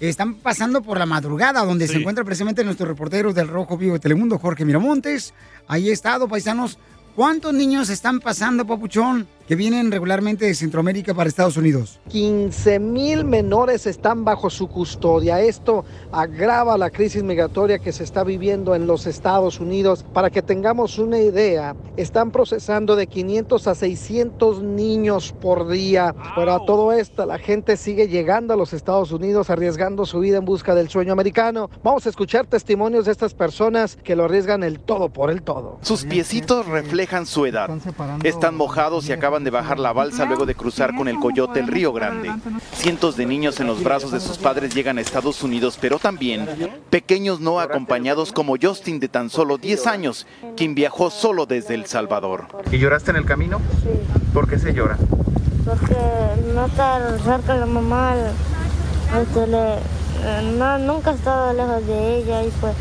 Están pasando por la madrugada, donde se encuentra precisamente nuestro reportero del Rojo Vivo de Telemundo, Jorge Miramontes. Ahí he estado, paisanos. ¿Cuántos niños están pasando, papuchón, que vienen regularmente de Centroamérica para Estados Unidos?
15 mil menores están bajo su custodia. Esto agrava la crisis migratoria que se está viviendo en los Estados Unidos. Para que tengamos una idea, están procesando de 500 a 600 niños por día. Pero a todo esto, la gente sigue llegando a los Estados Unidos arriesgando su vida en busca del sueño americano. Vamos a escuchar testimonios de estas personas que lo arriesgan el todo por el todo.
Sus piecitos reflejan su edad. Están mojados y acaban de bajar la balsa luego de cruzar con el coyote el Río Grande. Cientos de niños en los brazos de sus padres llegan a Estados Unidos, pero también pequeños no acompañados como Justin de tan solo 10 años, quien viajó solo desde El Salvador. ¿Y lloraste en el camino? ¿Por qué se llora?
porque no estar cerca de la mamá, este, le- eh, no, nunca he estado lejos de ella y pues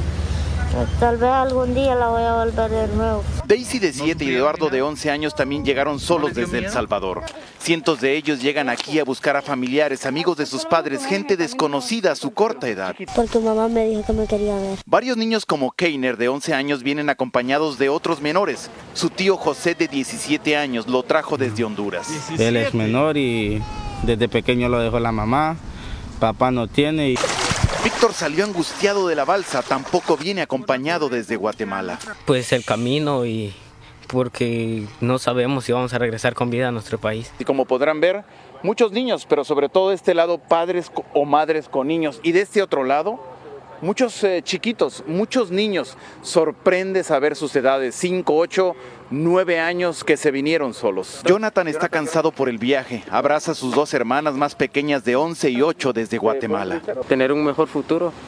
Tal vez algún día la voy a volver de nuevo.
Daisy de 7 y Eduardo de 11 años también llegaron solos desde El Salvador. Cientos de ellos llegan aquí a buscar a familiares, amigos de sus padres, gente desconocida a su corta edad.
Porque mamá me dijo que me quería ver.
Varios niños como Keiner de 11 años vienen acompañados de otros menores. Su tío José de 17 años lo trajo desde Honduras.
Él es menor y desde pequeño lo dejó la mamá. Papá no tiene y...
Víctor salió angustiado de la balsa, tampoco viene acompañado desde Guatemala.
Pues el camino y porque no sabemos si vamos a regresar con vida a nuestro país.
Y como podrán ver, muchos niños, pero sobre todo de este lado padres co- o madres con niños. Y de este otro lado, muchos eh, chiquitos, muchos niños. Sorprende saber sus edades, 5, 8, 9 años que se vinieron solos. Jonathan está cansado por el viaje. Abraza a sus dos hermanas más pequeñas de 11 y 8 desde Guatemala.
Tener un mejor futuro.
[laughs]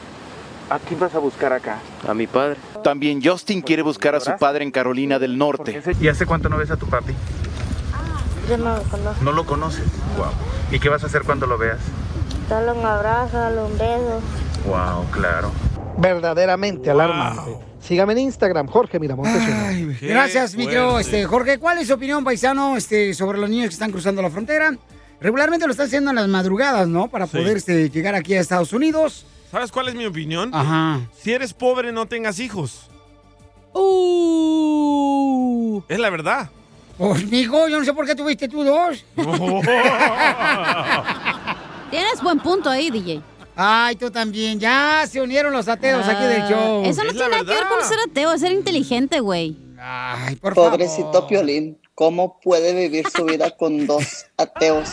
¿A quién vas a buscar acá? A mi padre. También Justin quiere buscar a su padre en Carolina del Norte.
¿Y hace cuánto no ves a tu papi?
Yo no lo conozco.
No lo conoces. Wow. ¿Y qué vas a hacer cuando lo veas?
Dale un abrazo, dale un beso.
Wow, claro.
Verdaderamente alarmante. Sígame en Instagram, Jorge Miramontes. uno.
Gracias, mi querido este, Jorge. ¿Cuál es su opinión, paisano, este, sobre los niños que están cruzando la frontera? Regularmente lo están haciendo en las madrugadas, ¿no? Para
Sí.
poder este, llegar aquí a Estados Unidos.
¿Sabes cuál es mi opinión?
Ajá.
Si eres pobre, no tengas hijos.
Uh.
Es la verdad.
Pues, mijo, yo no sé por qué tuviste
[laughs]
tú dos.
Tienes buen punto ahí, DJ.
Ay, tú también. Ya se unieron los ateos aquí del show.
Ah, Eso no tiene nada que ver con ser ateo, es ser inteligente, güey.
Ay, por
Pobrecito Piolín, ¿cómo puede vivir su vida con dos ateos?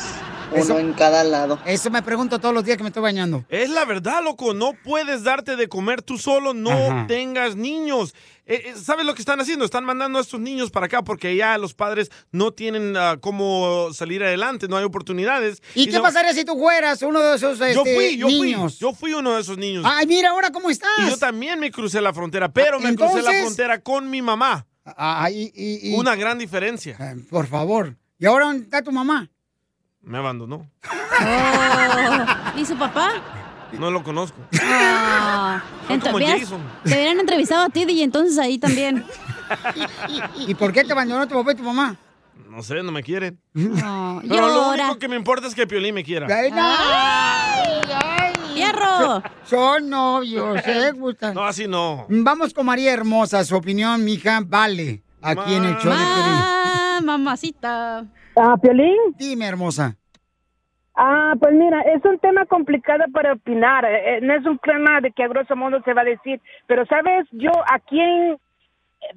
Uno
Eso-
en cada lado.
Eso me pregunto todos los días que me estoy bañando.
Es la verdad, loco. No puedes darte de comer tú solo. No
Ajá.
tengas niños. Eh, eh, ¿Sabes lo que están haciendo? Están mandando a estos niños para acá porque ya los padres no tienen ah, cómo salir adelante, no hay oportunidades.
¿Y, qué
no-
pasaría si tú fueras uno de esos
Yo
este,
fui, yo
niños?
fui. Yo fui uno de esos niños.
Ay, mira, ahora cómo estás.
y yo también me crucé la frontera, pero me crucé la
entonces- Ah,
frontera con mi mamá.
y- Eh.
Una gran diferencia.
Por favor. ¿Y ahora dónde está tu mamá?
Me abandonó.
Oh. ¿Y su papá?
No lo
[laughs]
conozco.
Ah.
Soy como
Entonces,
Jason.
te hubieran entrevistado a ti, DJ, entonces ahí también.
[laughs] ¿Y por qué te abandonó tu papá y tu mamá?
No sé, no me quieren. Pero lo
llora.
único que me importa es que Piolín me quiera.
Ay, no. Ay, ay.
¡Fierro!
[laughs] Son novios,
[laughs]
se gustan.
No, así no.
Vamos con María Hermosa, su opinión, mija, vale. Aquí en el show de Piolín.
Ah, mamacita.
Ah, Piolín.
Dime, hermosa.
Ah, pues mira, es un tema complicado para opinar. eh, eh, no es un tema de que a grosso modo se va a decir. Pero, ¿sabes? Yo, ¿a quién? eh,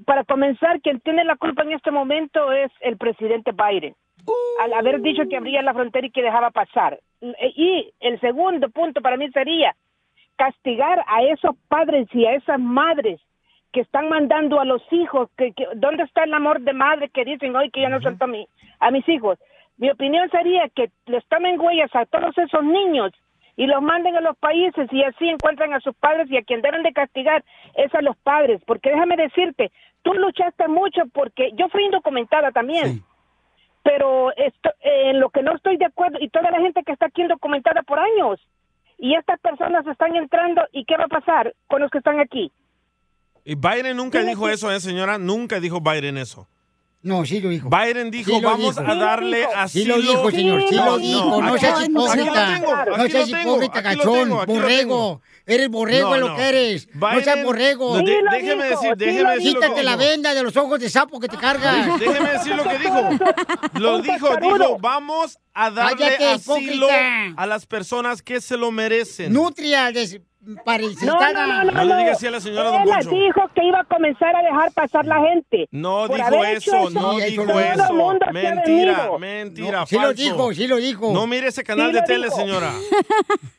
Para comenzar, quien tiene la culpa en este momento es el presidente Biden. Al haber dicho que abría la frontera y que dejaba pasar. Eh, Y el segundo punto para mí sería castigar a esos padres y a esas madres que están mandando a los hijos, que, que- ¿dónde está el amor de madre que dicen hoy que yo no suelto a, mi- a mis hijos? Mi opinión sería que les tomen huellas a todos esos niños y los manden a los países y así encuentran a sus padres y a quien deben de castigar es a los padres, porque déjame decirte, tú luchaste mucho porque yo fui indocumentada también pero esto, eh, en lo que no estoy de acuerdo, y toda la gente que está aquí indocumentada por años, y estas personas están entrando, ¿y qué va a pasar con los que están aquí?
Y Biden nunca dijo eso, ¿eh, señora? Nunca dijo Biden eso.
No, sí lo dijo.
Biden dijo,
Sí lo
vamos
dijo.
a darle
Sí
asilo.
lo dijo, señor. Sí lo dijo. No seas
Aquí lo
hipócrita.
tengo, aquí
No
lo
seas
tengo,
hipócrita,
aquí lo tengo,
cachón.
aquí lo
Borrego.
tengo.
Eres borrego,
No,
es lo
no.
que eres. no seas
Biden-
borrego.
No, de- Sí lo déjeme dijo, decir- sí déjeme lo decir lo que
Quítate la
dijo.
venda de los ojos de sapo que te cargas.
Déjeme decir lo [laughs] que dijo. Lo dijo, dijo, vamos a darle
Cállate,
asilo
hipócrita.
a las personas que se lo merecen.
Nutria desparicitada.
no, no, No le no. diga así a la señora, don
Ella
Poncho.
dijo que iba a comenzar a dejar pasar la gente.
No
Por
dijo
haber hecho
eso, no
eso,
dijo
todo el
eso.
mundo se ha
Mentira,
venido.
mentira,
No, sí lo
falso.
dijo, sí lo dijo.
No mire ese canal
Sí
de
lo
tele,
dijo.
señora.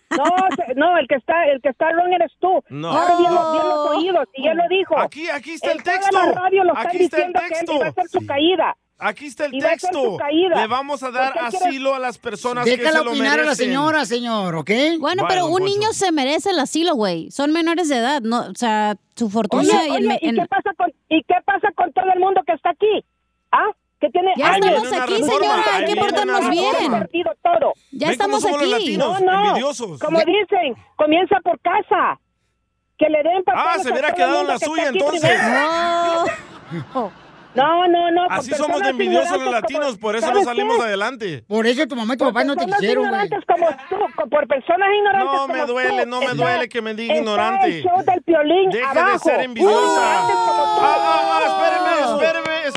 No, se- no, el que está, el que está wrong eres tú.
No.
Abre bien los, bien los oídos y ya lo dijo.
Aquí- aquí está el
En toda
texto.
la radio lo
Aquí
están
está el
diciendo que
texto.
él iba a ser su caída.
Aquí está el
Y va a ser
texto.
su caída.
Le vamos a dar
¿Por qué quieres-
asilo a las personas que se
Déjala
lo
opinar a la
merecen.
señora, señor, ¿ok?
Bueno, pero un niño se merece el asilo, güey. Son menores de edad, no, o sea, su
Oye,
fortuna y el...
oye, ¿y qué pasa con y qué pasa con todo el mundo que está aquí? ¿Ah? Que tiene
Ya
años.
estamos Ahí viene una aquí, reforma, señora, hay ahí que viene portarnos una bien. reforma.
Hemos perdido todo.
Ya Ve estamos cómo somos los aquí. latinos,
no, no.
envidiosos.
Como
Ya-
dicen, comienza por casa. que le den papá.
Ah,
a
se hubiera
todo el
quedado en
mundo
la
que
suya,
está aquí
entonces.
primero. [laughs] No, no, no.
Así somos de envidiosos los latinos, por eso no salimos adelante.
Por eso tu mamá y tu papá no te quisieron, güey.
como tú, co- por personas ignorantes
No me
como
duele,
tú,
no me
está-
duele que me diga
está
ignorante.
el show del piolín
Deje
abajo.
de ser envidiosa. Ah, ah, ah, espéreme, espéreme,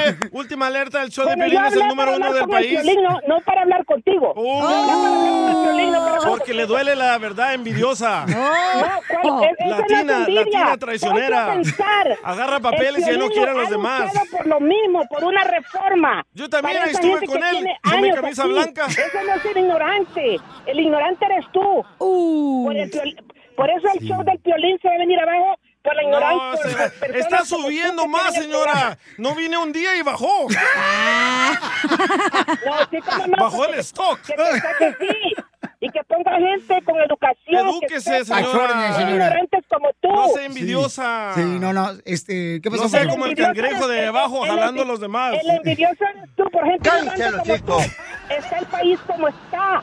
espéreme. Última alerta, el show de
Bueno, yo
Piolín es
hablé
el número
para
uno
hablar
del
con el
país. Oh.
Piolín, no, no para hablar contigo. Yo hablé para hablar con el Piolín, no para hablar
Porque le duele la verdad envidiosa. [laughs]
No, ¿cuál? Es- esa no es
Oh, Latina,
envidia.
latina
Ponte a
traicionera.
pensar.
Agarra papeles y ya no
El
quiere a los
Piolín ha
demás.
luchado por lo mismo, por una reforma.
Yo también
Para esa
estuve
gente
con
que
él,
tiene
con mi
años
camisa
aquí.
blanca.
Eso no es ser ignorante. El ignorante eres tú. Por, el Piolín- por eso el show del violín se va a venir abajo por la
No,
ignorancia.
se-
por personas
está
como tú
subiendo
que
más,
tienen el
señora.
programa.
No vine un día y bajó.
No, sí, cómo no,
Bajó
porque-
el stock.
Que te saque, sí. Y que ponga gente con educación.
Edúquese,
que sepa-
señora.
Ay, señora.
Ignorantes como tú.
No sea envidiosa.
Sí, no, no. Este, ¿qué pasó?
No sea
Fausto?
como el cangrejo de abajo jalando a los demás.
El envidioso eres tú, por gente
Cállense,
ignorante
los
como tú. Está el país como está.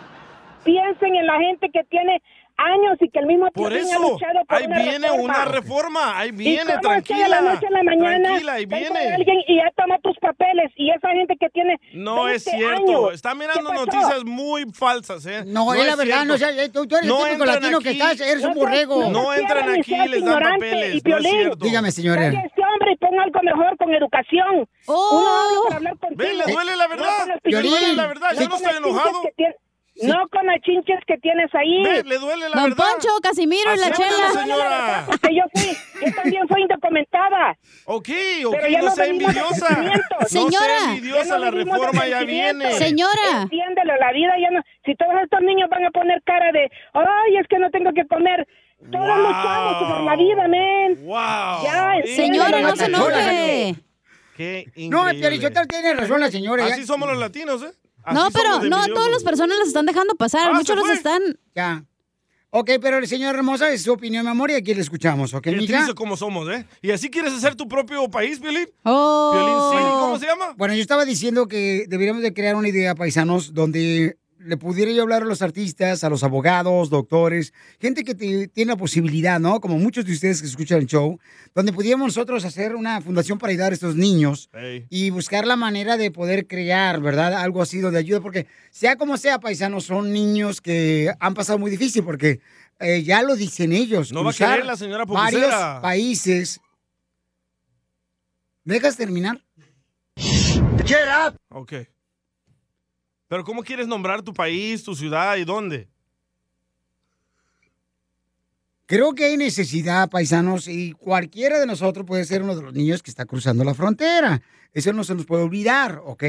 Piensen en la gente que tiene años y que el mismo
[laughs] Por
Piolín ha
eso,
luchado por
ahí
una
viene
reforma.
una reforma, ahí
¿Y
viene,
cómo es que de la
tranquila.
noche a la mañana
Tranquila, ahí
venga
viene.
alguien y ya toma tus papeles y esa gente que tiene
No es
20
cierto,
años,
está mirando
¿qué pasó?
noticias muy falsas, ¿eh?
No, es la verdad, no sea- eh, tú- tú eres el típico
entran
latino que estás, eres un borrego.
No,
No
entran
seas
aquí y les dan
ignorante
papeles,
y
no es
violín.
cierto.
Dígame, señora.
Calla este hombre y pon algo mejor con educación.
Oh.
Uno habla para hablar contigo.
Ve, le duele la verdad,
con las
le
pichis-
duele la verdad, yo no
con
estoy
las pinches
enojado.
que tien- No con las chinches que tienes ahí.
Ve, le duele la
Don
verdad.
Poncho, Casimiro y la
Acéptalo,
chela.
señora.
Porque yo fui, yo también fui indocumentada.
Ok, ok,
Pero ya
no
no
sea
venimos de
envidiosa.
sentimientos.
No
Señora.
sea envidiosa,
Ya no
la
venimos de
reforma ya
sentimientos.
viene.
Señora.
Entiéndelo, la vida ya no. Si todos estos niños van a poner cara de, ay, es que no tengo que comer. Todos luchamos por la vida, men.
Wow.
Ya,
Señora, no se enoje.
Qué
No, el
increíble.
Piolichotero tiene razón la señora.
Así somos los latinos, ¿eh? Así
No,
somos
pero
de
no, a
envidiosos.
todas las personas las están dejando pasar.
Ah,
Muchos
se
los
fue.
están.
Ya. Ok, pero señora hermosa, es su opinión, mi amor, y aquí le escuchamos, ¿ok,
Qué
mija?
triste como somos, ¿eh? ¿Y así quieres hacer tu propio país, Piolín?
Oh.
Piolín, sí, ¿cómo se llama?
Bueno, yo estaba diciendo que deberíamos de crear una idea, paisanos, donde le pudiera yo hablar a los artistas, a los abogados, doctores, gente que te- tiene la posibilidad, ¿no? Como muchos de ustedes que escuchan el show, donde pudiéramos nosotros hacer una fundación para ayudar a estos niños
Ey.
y buscar la manera de poder crear, ¿verdad? Algo así donde ayuda, porque sea como sea, paisanos, son niños que han pasado muy difícil, porque eh, ya lo dicen ellos.
No va a
cruzar
querer la señora
Varios
pupusera.
países. ¿Me dejas terminar?
Ok. Pero ¿cómo quieres nombrar tu país, tu ciudad y dónde?
Creo que hay necesidad, paisanos, y cualquiera de nosotros puede ser uno de los niños que está cruzando la frontera. Eso no se nos puede olvidar, ¿ok?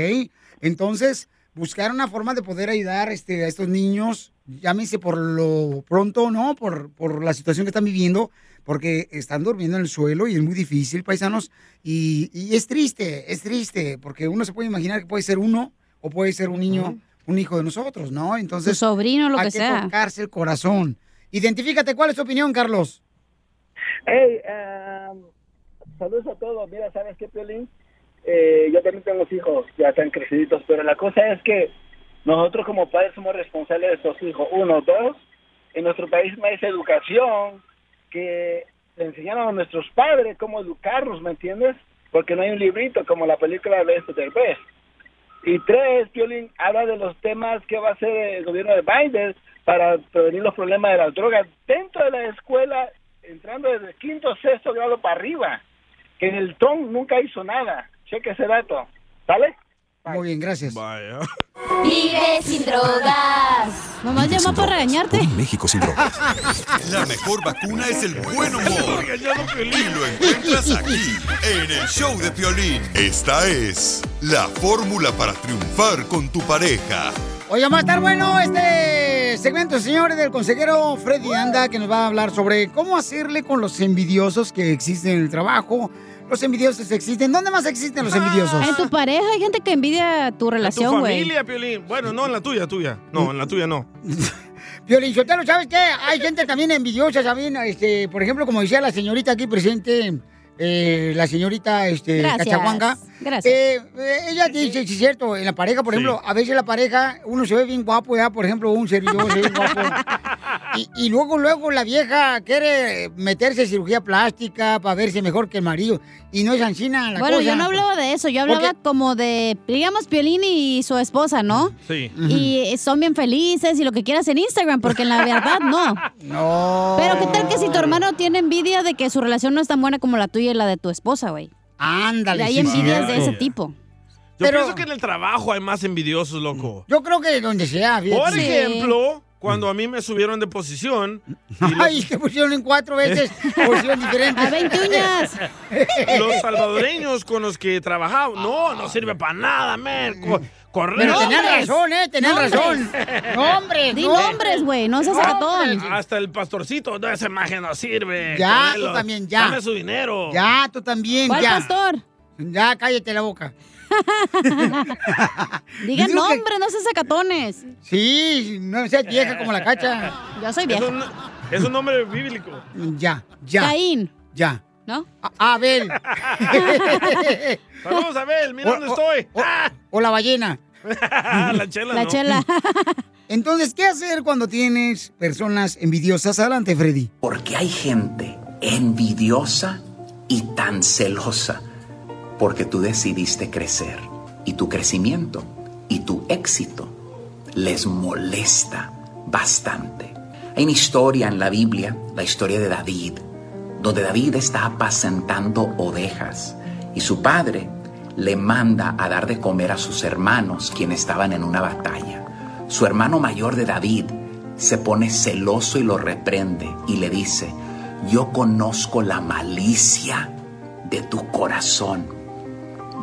Entonces, buscar una forma de poder ayudar este, a estos niños, llámese por lo pronto, ¿no? Por, por la situación que están viviendo, porque están durmiendo en el suelo y es muy difícil, paisanos. Y, y es triste, es triste, porque uno se puede imaginar que puede ser uno o puede ser un niño, un hijo de nosotros, ¿no? Entonces,
Tu sobrino, lo
hay
que sea.
tocarse el corazón. Identifícate, ¿cuál es tu opinión, Carlos?
Hey, um, saludos a todos. Mira, ¿sabes qué, Piolín? Eh, yo también tengo hijos, ya están creciditos, pero la cosa es que nosotros como padres somos responsables de esos hijos. Uno, dos, en nuestro país no hay esa educación que le enseñaron a nuestros padres cómo educarnos, ¿me entiendes? Porque no hay un librito como la película de este Derbez. Y tres, Piolín habla de los temas que va a hacer el gobierno de Biden para prevenir los problemas de las drogas dentro de la escuela, entrando desde quinto, sexto grado para arriba, que en el TON nunca hizo nada. Cheque ese dato, ¿sale?
Muy bien, gracias.
Vaya.
Vive sin drogas. Nomás llamó para regañarte.
México sin La mejor vacuna es el buen humor. Y lo encuentras aquí, en el show de Piolín. Esta es la fórmula para triunfar con tu pareja.
[laughs] Oiga, va a estar bueno este segmento, señores, del consejero Freddy Anda, que nos va a hablar sobre cómo hacerle con los envidiosos que existen en el trabajo. Los envidiosos existen. ¿Dónde más existen los envidiosos?
Ah, En tu pareja hay gente que envidia tu
tu
relación, güey.
familia, Piolín. Bueno, no, en la tuya, tuya. No, en la tuya no.
Violín Sotelo, ¿sabes qué? Hay gente también envidiosa, ¿saben? Este, por ejemplo, como decía la señorita aquí presente, eh, la señorita este,
Gracias.
Cachahuanga, eh,
Gracias.
ella dice, sí, es cierto, en la pareja, por ejemplo, a veces la pareja, uno se ve bien guapo, ya, por ejemplo, un servidor se ve bien
[laughs]
guapo. Y, y luego, luego la vieja quiere meterse cirugía plástica para verse mejor que el marido. Y no es ancina la
bueno,
cosa.
yo no hablaba de eso, yo hablaba como de, digamos, Piolín y su esposa, ¿no?
Sí.
Y son bien felices y lo que quieras en Instagram, porque en la verdad no.
No.
Pero qué tal que si tu hermano tiene envidia de que su relación no es tan buena como la tuya y la de tu esposa, güey.
Ándale.
Y hay
sí,
envidias de
cierto.
ese tipo.
Yo
Pero-
pienso que en el trabajo hay más envidiosos, loco.
Yo creo que donde sea. fíjate.
Por ejemplo, cuando a mí me subieron de posición,
Ay, te pusieron en
[laughs]
cuatro veces posición diferente.
A 20 uñas. [laughs]
[laughs]
los salvadoreños con los que trabajaba, no, no sirve para nada, man. Co- Correcto.
Pero tenían razón, ¿eh? Tenían
Nombres. [laughs]
razón. Nombres,
Di
nombres.
nombres, güey, no seas ratón.
Hasta el pastorcito, no, esa imagen no sirve.
Ya,
Canelo,
tú también, ya.
Dame su dinero.
Ya, tú también,
¿Cuál
ya.
pastor?
Ya, cállate la boca.
[laughs] Diga
Digo que-
nombre, no seas sacatones.
Sí, no seas vieja como la cacha.
Yo soy
Es
vieja.
un, es un nombre bíblico.
Ya, ya.
Caín.
Ya.
¿No?
A- Abel.
[laughs] Saludos, Abel, mira
O-
dónde
o-
estoy.
O, o la ballena.
Ah, la chela. no.
[laughs] Entonces, ¿qué hacer cuando tienes personas envidiosas? Adelante, Freddy.
Porque hay gente envidiosa y tan celosa porque tú decidiste crecer y tu crecimiento y tu éxito les molesta bastante. Hay una historia en la Biblia, la historia de David, donde David está apacentando ovejas y su padre le manda a dar de comer a sus hermanos quienes estaban en una batalla. Su hermano mayor de David se pone celoso y lo reprende y le dice, yo conozco la malicia de tu corazón.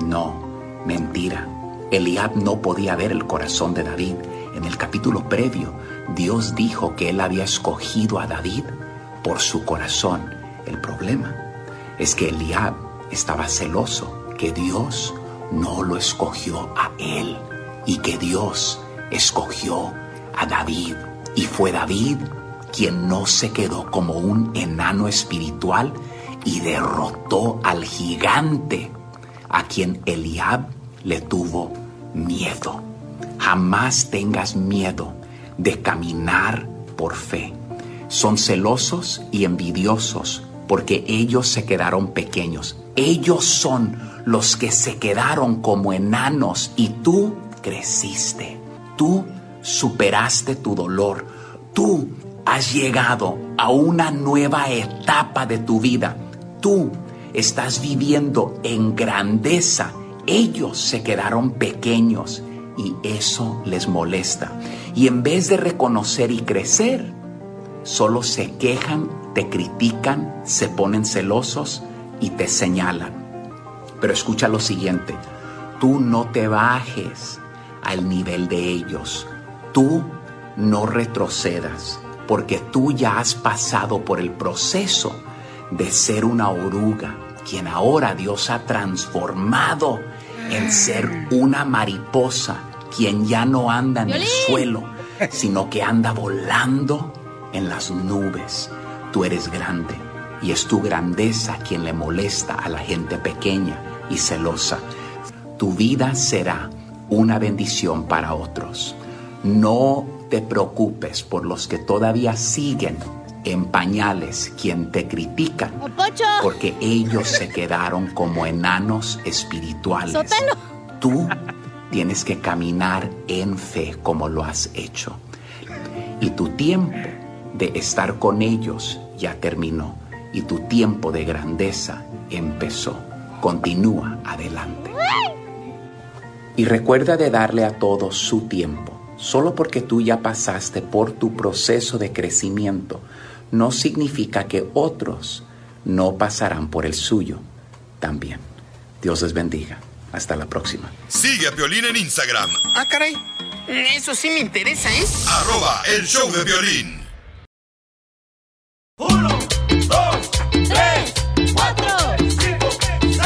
No, mentira. Eliab no podía ver el corazón de David. En el capítulo previo, Dios dijo que él había escogido a David por su corazón. El problema es que Eliab estaba celoso que Dios no lo escogió a él y que Dios escogió a David. Y fue David quien no se quedó como un enano espiritual y derrotó al gigante a quien Eliab le tuvo miedo. Jamás tengas miedo de caminar por fe. Son celosos y envidiosos porque ellos se quedaron pequeños. Ellos son los que se quedaron como enanos y tú creciste. Tú superaste tu dolor. Tú has llegado a una nueva etapa de tu vida. Tú estás viviendo en grandeza. Ellos se quedaron pequeños y eso les molesta. Y en vez de reconocer y crecer, solo se quejan, te critican, se ponen celosos y te señalan. Pero escucha lo siguiente, tú no te bajes al nivel de ellos, tú no retrocedas, porque tú ya has pasado por el proceso de ser una oruga, quien ahora Dios ha transformado en ser una mariposa, quien ya no anda en el suelo, sino que anda volando en las nubes. Tú eres grande y es tu grandeza quien le molesta a la gente pequeña y celosa. Tu vida será una bendición para otros. No te preocupes por los que todavía siguen en pañales, quien te critican,
¡Oh, ¡Pocho!
porque ellos se quedaron como enanos espirituales.
¡Sótelo! [laughs]
Tú tienes que caminar en fe como lo has hecho. Y tu tiempo de estar con ellos ya terminó. Y tu tiempo de grandeza empezó. Continúa adelante. Y recuerda de darle a todos su tiempo. Solo porque tú ya pasaste por tu proceso de crecimiento, no significa que otros no pasarán por el suyo también. Dios les bendiga. Hasta la próxima.
Sigue a Violín en Instagram,
Ah, caray. Eso sí me interesa, ¿eh?
arroba el show de violín.
Dos, tres, cuatro, cinco, seis,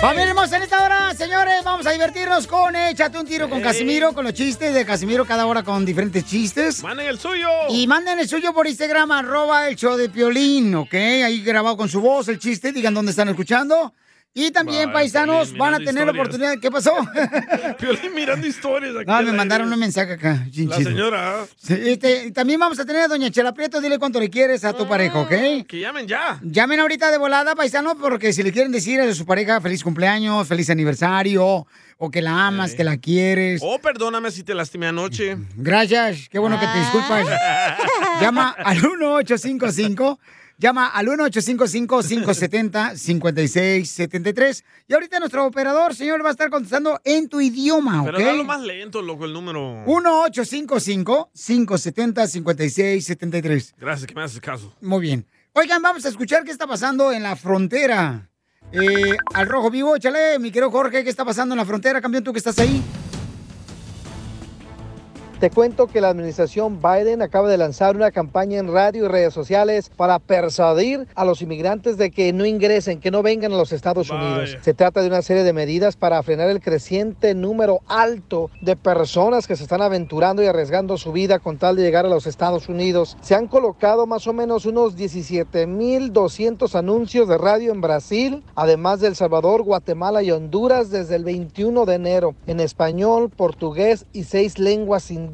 Familia hermosa, en esta hora, señores, vamos a divertirnos con Échate un tiro con
Ey.
Casimiro, con los chistes de Casimiro cada hora con diferentes chistes.
Manden el suyo.
Y manden el suyo por Instagram, arroba el show de Piolín, ¿ok? Ahí grabado con su voz el chiste, digan dónde están escuchando. Y también,
Vaya,
paisanos,
Piolín,
van a
mirando
tener la
historias.
oportunidad. ¿Qué pasó?
[laughs] Piolín mirando historias aquí.
no,
al
me
aire.
mandaron un mensaje acá. bien
La
chido.
señora. ¿ah?
Sí, este, y también vamos a tener a Doña Chela Prieto, dile cuánto le quieres a tu
Ah,
pareja, ¿ok?
Que llamen ya.
Llamen ahorita de volada, paisano, porque si le quieren decir a su pareja feliz cumpleaños, feliz aniversario, o que la amas, que la quieres.
Oh, perdóname si te lastimé
[laughs]
anoche.
Gracias, qué bueno que
Ah.
te disculpas. Llama al 1855. Llama al 1855-570-5673. Y ahorita nuestro operador, señor, va a estar contestando en tu idioma, Ah, ¿ok? Uh.
Pero dalo más lento, loco, el número.
1-855-570-5673.
Gracias, que me haces caso.
Muy bien. Oigan, vamos a escuchar qué está pasando en la frontera. Eh, al rojo vivo, échale, mi querido Jorge, ¿qué está pasando en la frontera, campeón, tú que estás ahí?
Te cuento que la administración Biden acaba de lanzar una campaña en radio y redes sociales para persuadir a los inmigrantes de que no ingresen, que no vengan a los Estados Unidos. Se trata de una serie de medidas para frenar el creciente número alto de personas que se están aventurando y arriesgando su vida con tal de llegar a los Estados Unidos. Se han colocado más o menos unos 17.200 anuncios de radio en Brasil, además de El Salvador, Guatemala y Honduras desde el 21 de enero, en español, portugués y seis lenguas indígenas.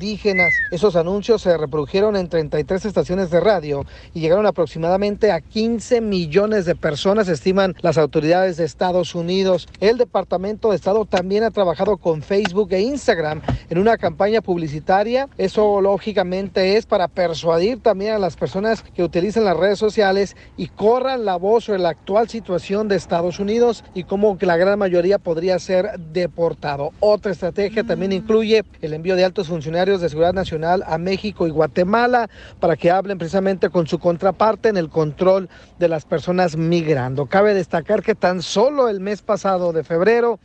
Esos anuncios se reprodujeron en 33 estaciones de radio y llegaron aproximadamente a 15 millones de personas, estiman las autoridades de Estados Unidos. El Departamento de Estado también ha trabajado con Facebook e Instagram en una campaña publicitaria. Eso lógicamente es para persuadir también a las personas que utilizan las redes sociales y corran la voz sobre la actual situación de Estados Unidos y cómo que la gran mayoría podría ser deportado. Otra estrategia también incluye el envío de altos funcionarios de seguridad nacional a México y Guatemala para que hablen precisamente con su contraparte en el control de las personas migrando. Cabe destacar que tan solo el mes pasado de febrero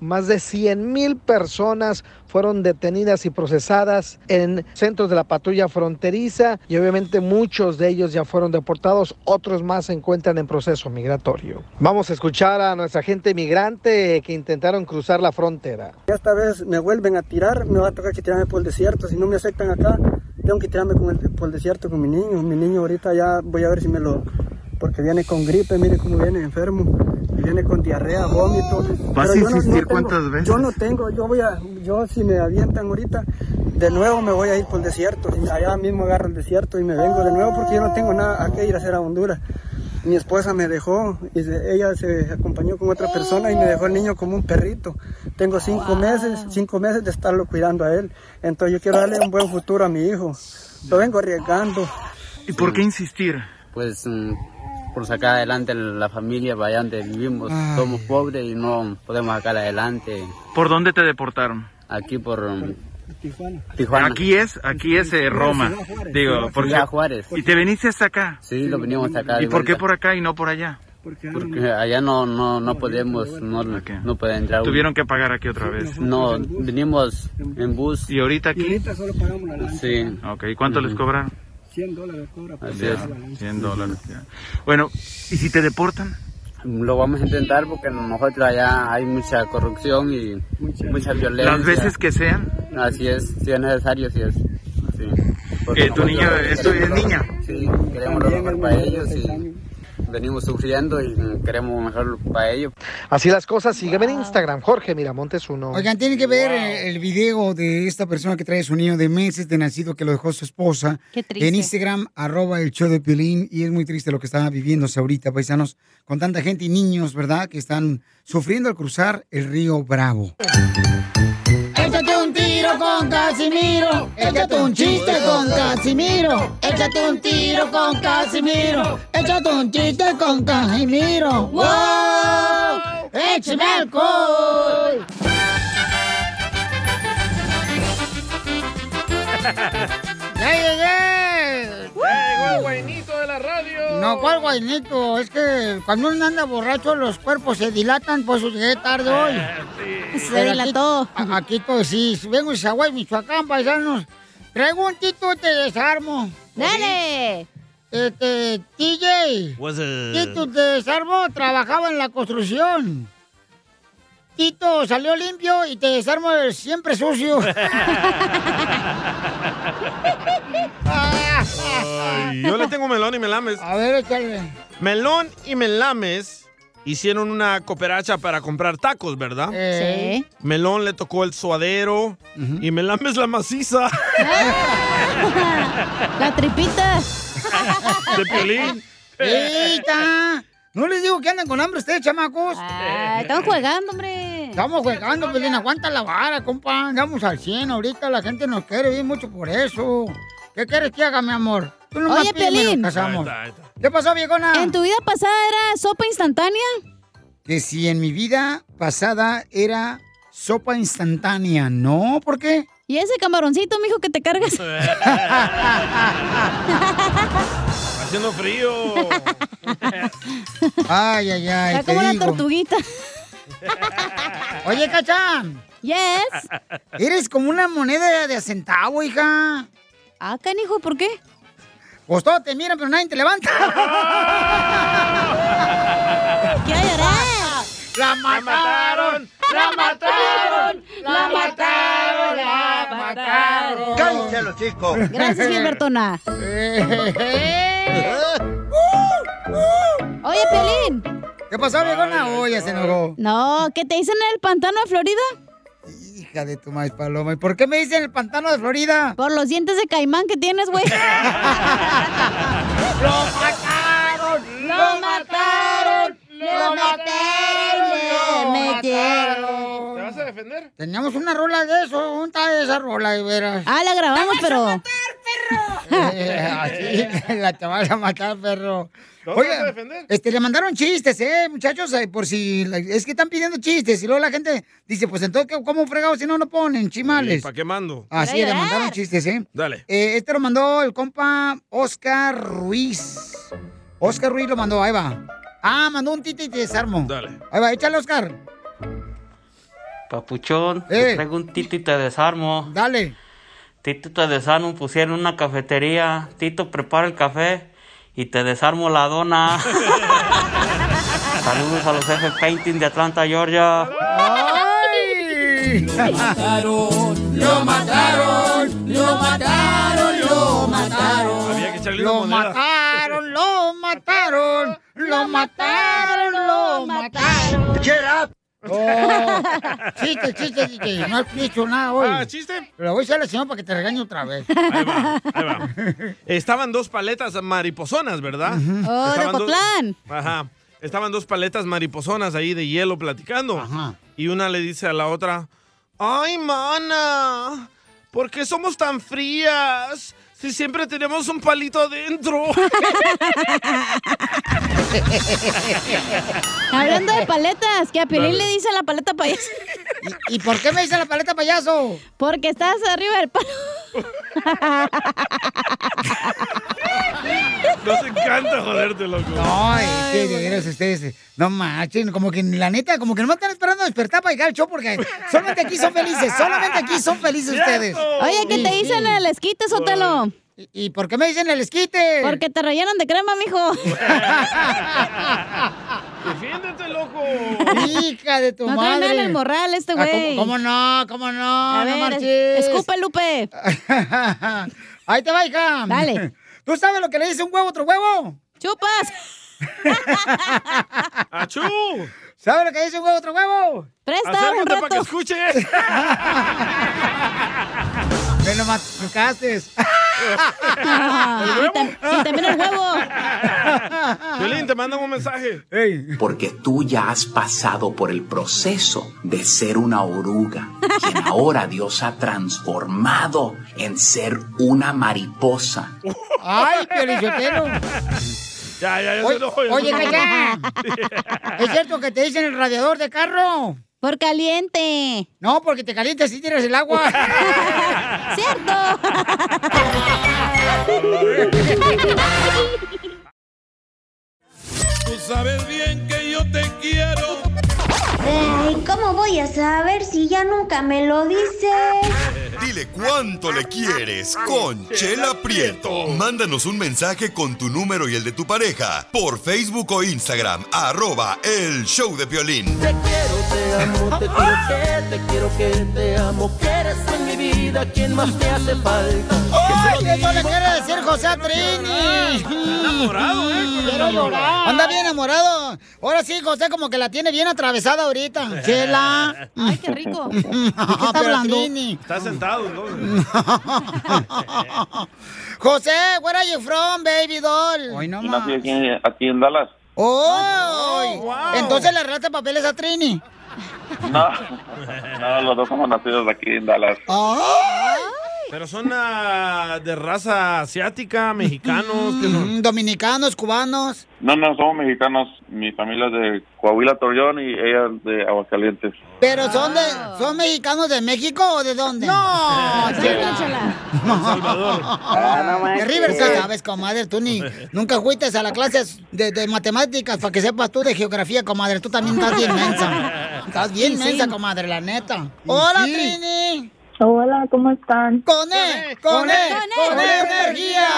más de 100 mil personas fueron detenidas y procesadas en centros de la patrulla fronteriza y obviamente muchos de ellos ya fueron deportados, otros más se encuentran en proceso migratorio. Vamos a escuchar a nuestra gente migrante que intentaron cruzar la frontera.
[laughs] Ya esta vez me vuelven a tirar, me va a tocar que tirarme por el desierto. Si no me aceptan acá, tengo que tirarme con el- por el desierto con mi niño. Mi niño ahorita ya voy a ver si me lo... Porque viene con gripe, mire cómo viene enfermo. Viene con diarrea, vómito.
¿Vas a
Pero yo no-
insistir
no tengo-
cuántas veces?
Yo no tengo, yo voy a... Yo si me avientan ahorita, de nuevo me voy a ir por el desierto. Y Allá mismo agarro el desierto y me vengo de nuevo porque yo no tengo nada a qué ir a hacer a Honduras. Mi esposa me dejó, y se- ella se acompañó con otra persona y me dejó el niño como un perrito. Tengo cinco meses, cinco meses de estarlo cuidando a él. Entonces yo quiero darle un buen futuro a mi hijo. Lo vengo arriesgando.
¿Y por qué insistir? Mm. Pues mm, por sacar adelante la familia, vaya donde vivimos. Ay. Somos pobres y no podemos sacar adelante.
¿Por dónde te deportaron?
Aquí por mm, Tijuana.
Aquí es, aquí es eh, Roma. Digo, porque...
Ciudad Juárez.
¿Y te viniste hasta acá?
Sí, lo venimos hasta acá.
¿Y
de
por qué
vuelta.
por acá y no por allá?
Porque allá no, no, no podemos, no, no puede entrar. uno.
Tuvieron que pagar aquí otra vez.
No, venimos en bus.
¿Y ahorita aquí?
solo pagamos la lancha.
Sí.
Ok, ¿y
Mm.
cuánto les
Ujú.
cobraron?
100 dólares cobra por
Así
Ya,
es.
100 dólares. ya. Bueno, ¿y si te deportan?
Lo vamos a intentar porque nosotros allá hay mucha corrupción y mucha, violencia.
Las veces que sean.
Así es, si es necesario, si es. Sí. Porque
Eh, tu
nosotros
niño, es tu- es
queremos-
niña.
Sí, queremos lo mejor para ellos y venimos sufriendo y queremos lo mejor para ellos.
Así las cosas, sígueme en Instagram, Jorge Miramontes 1.
Oigan, tienen que ver eh, el video de esta persona que trae su niño de meses de nacido que lo dejó su esposa.
Qué triste.
En Instagram, arroba el show de Piolín. Y es muy triste lo que está viviéndose ahorita, paisanos, con tanta gente y niños, ¿verdad? Que están sufriendo al cruzar el río Bravo.
Échate un tiro con Casimiro. Échate un chiste con Casimiro. Échate un tiro con Casimiro. Échate un chiste con Casimiro. ¡Wow! ¡Échame alcohol!
¡Ya llegué!
¡Llegó el guainito de la radio!
No, cuál guainito, es que cuando uno anda borracho los cuerpos se dilatan, por eso llegué
[laughs]
tarde hoy.
Eh,
Se
Pero aquí-
dilató.
a- Aquí todo sí, vengo de Zaguay, Michoacán, paisanos. Traigo un tito y te desarmo. ¡Dale! Este, TJ,
Was
Tito te desarmo, trabajaba en la construcción. Tito salió limpio y te desarmo el
[laughs]
siempre sucio.
Ay, yo le tengo melón y melames.
A ver, échale.
Melón y melames hicieron una cooperacha para comprar tacos, ¿verdad?
Eh.
Melón le tocó el suadero y melames la maciza.
La tripita.
De Piolín.
¡Eita! No les digo que andan con hambre ustedes, chamacos.
estamos jugando, hombre.
Estamos jugando, Pelín. Aguanta la vara, compa. Andamos al 100 ahorita. La gente nos quiere bien mucho por eso. ¿Qué quieres que haga, mi amor? Tú nomás
Oye,
pídeme y
Pelín.
Nos casamos. ¿Qué pasó, viejona?
¿En tu vida pasada era sopa instantánea?
Que si en mi vida pasada era sopa instantánea. No, ¿por qué?
¿Y ese camaroncito, mijo, que te cargas?
Haciendo frío.
Ay, ay, ay.
Está
te
como la
digo.
tortuguita.
[laughs] Oye, Cachán.
Yes.
Eres como una moneda de a centavo, hija.
Ah, canijo, ¿por qué?
Pues todos te miran, pero nadie
[laughs]
te levanta.
¡Quiero llorar!
¡La mataron! ¡La mataron! ¡La mataron! ¡La mataron!
¡Cállense los chicos!
Gracias, Gilbertona. Oye, Pelín.
¿Qué pasó, viejona? Oye, se enojó.
No, ¿qué te dicen en el pantano de Florida?
Hija de tu maíz paloma. ¿Y por qué me dicen el pantano de Florida?
Por los dientes de caimán que tienes,
[laughs]
güey.
¡Lo mataron! ¡Lo mataron! ¡Lo mataron!
Me
mataron!
quiero.
¿Te vas a defender?
Teníamos una rola de eso. ¿Dónde está esa rola de veras?
Ah, la grabamos, pero.
[laughs] Eh, así, la te vas a matar, perro.
¿No te vas a defender?
este, le mandaron chistes, ¿eh, muchachos? Eh, Por si, la- es que están pidiendo chistes. Y luego la gente dice, pues entonces, ¿qué- ¿cómo fregados si no lo ponen,
¿Y
chimales?
¿Para qué mando?
Así, le mandaron chistes, ¿eh?
Dale.
Eh, Este lo mandó el compa Oscar Ruiz. Oscar Ruiz lo mandó, ahí va. Ah, mandó un titi y te desarmo.
Dale.
Ahí va, échale, Oscar.
Papuchón, te traigo un Tito y te desarmo.
Dale.
Tito y te desarmo, pusieron una cafetería. Tito prepara el café y te desarmo la dona. Saludos a los jefes Painting de Atlanta, Georgia.
Lo mataron, lo mataron, lo mataron, lo mataron.
Había que echarle
Lo
una moneda.
mataron, lo mataron, lo mataron, lo mataron.
Get up.
Oh, chiste, chiste, chiste. No has dicho nada hoy.
Ah, chiste.
Lo voy a hacer a la señora para que te regañe otra vez.
Estaban dos paletas mariposonas, ¿verdad?
Oh, de
Estaban dos-
Ocotlán.
Ajá. Estaban dos paletas mariposonas ahí de hielo platicando. Y una le dice a la otra, ¡Ay, mana! ¿Por qué somos tan frías? Si siempre tenemos un palito adentro.
Hablando de paletas, que a Pelín
Dale.
le dice la paleta payaso.
¿Y, por qué me dice la paleta payaso?
Porque estás arriba del palo.
[laughs] Nos encanta joderte, loco.
No, es que de veras ustedes, eh, no marchen, como que la neta, como que no están esperando despertar para llegar al show porque solamente aquí son felices, solamente aquí son felices ustedes.
Oye, ¿qué te
Sí,
dicen
sí.
el esquite, Sotelo?
¿Y, y por qué me dicen el esquite?
Porque te rellenan de crema, mijo.
¡Defiéndete, loco!
Hija de tu
No trae
madre.
nada en el morral este
Ah, ¿cómo-
güey.
¿Cómo no? ¿Cómo no?
A
no
ver,
marches.
escupe, Lupe.
[laughs] Ahí te va, hija.
Dale.
¿Tú sabes lo que le dice un huevo a otro huevo?
¡Chupas!
[laughs] ¡Achú!
¿Sabes lo que dice un huevo a otro huevo?
Presta
Acércate para que escuches.
[laughs] Ve nomás,
[laughs]
tocaste.
y, tam- y también el huevo.
[laughs] Violín, te mandan un mensaje.
Porque tú ya has pasado por el proceso de ser una oruga, quien ahora Dios ha transformado en ser una mariposa.
Ay, Piolichotero.
Ya, ya, ya se
Oye,
enojó, ya se
oye,
enojó.
Cacha. [laughs] ¿Es cierto que te dicen el radiador de carro?
Por caliente.
No, porque te calientas y tiras
[laughs]
el agua.
Tú sabes bien que yo te quiero.
Ay, ¿cómo voy a saber si ya nunca me lo dices?
Dile cuánto le quieres con Chela Prieto. Mándanos un mensaje con tu número y el de tu pareja por Facebook o Instagram, arroba el show de violín.
Te quiero, te amo. amo, te quiero que te quiero que te amo, que eres en mi vida quien más me hace falta.
¡Ay, eso le quiere decir José Trini!
enamorado, ¿eh?
Quiero llorar. Anda bien enamorado. Ahora sí, José, como que la tiene bien atravesada ahorita. Chela.
Ay, qué
[laughs]
rico.
está
Pero
hablando?
tú Estás sentado, ¿no?
José, where are you from, baby doll? Hoy no
Yo nací aquí, en- aquí en Dallas.
¡Oh! Entonces le arreglaste papeles a Trini.
No, [laughs] no, los dos somos nacidos aquí en Dallas.
Oh.
Pero son ah, de raza asiática, mexicanos. que son-
Mm, Dominicanos, cubanos.
No, no, somos mexicanos. Mi familia es de Coahuila, Torreón y ella es de Aguascalientes.
¿Pero son de, son mexicanos de México o de dónde? Ah, No,
Salvador.
Ah, De Riverside, sabes, comadre, tú ni, nunca fuiste a la clase de, de matemáticas para que sepas tú de geografía, comadre. Tú también estás bien mensa. Estás bien
Y sí.
mensa, comadre, la neta. Hola,
sí.
Trini.
Hola, ¿cómo están?
Con él, con él, con e energía.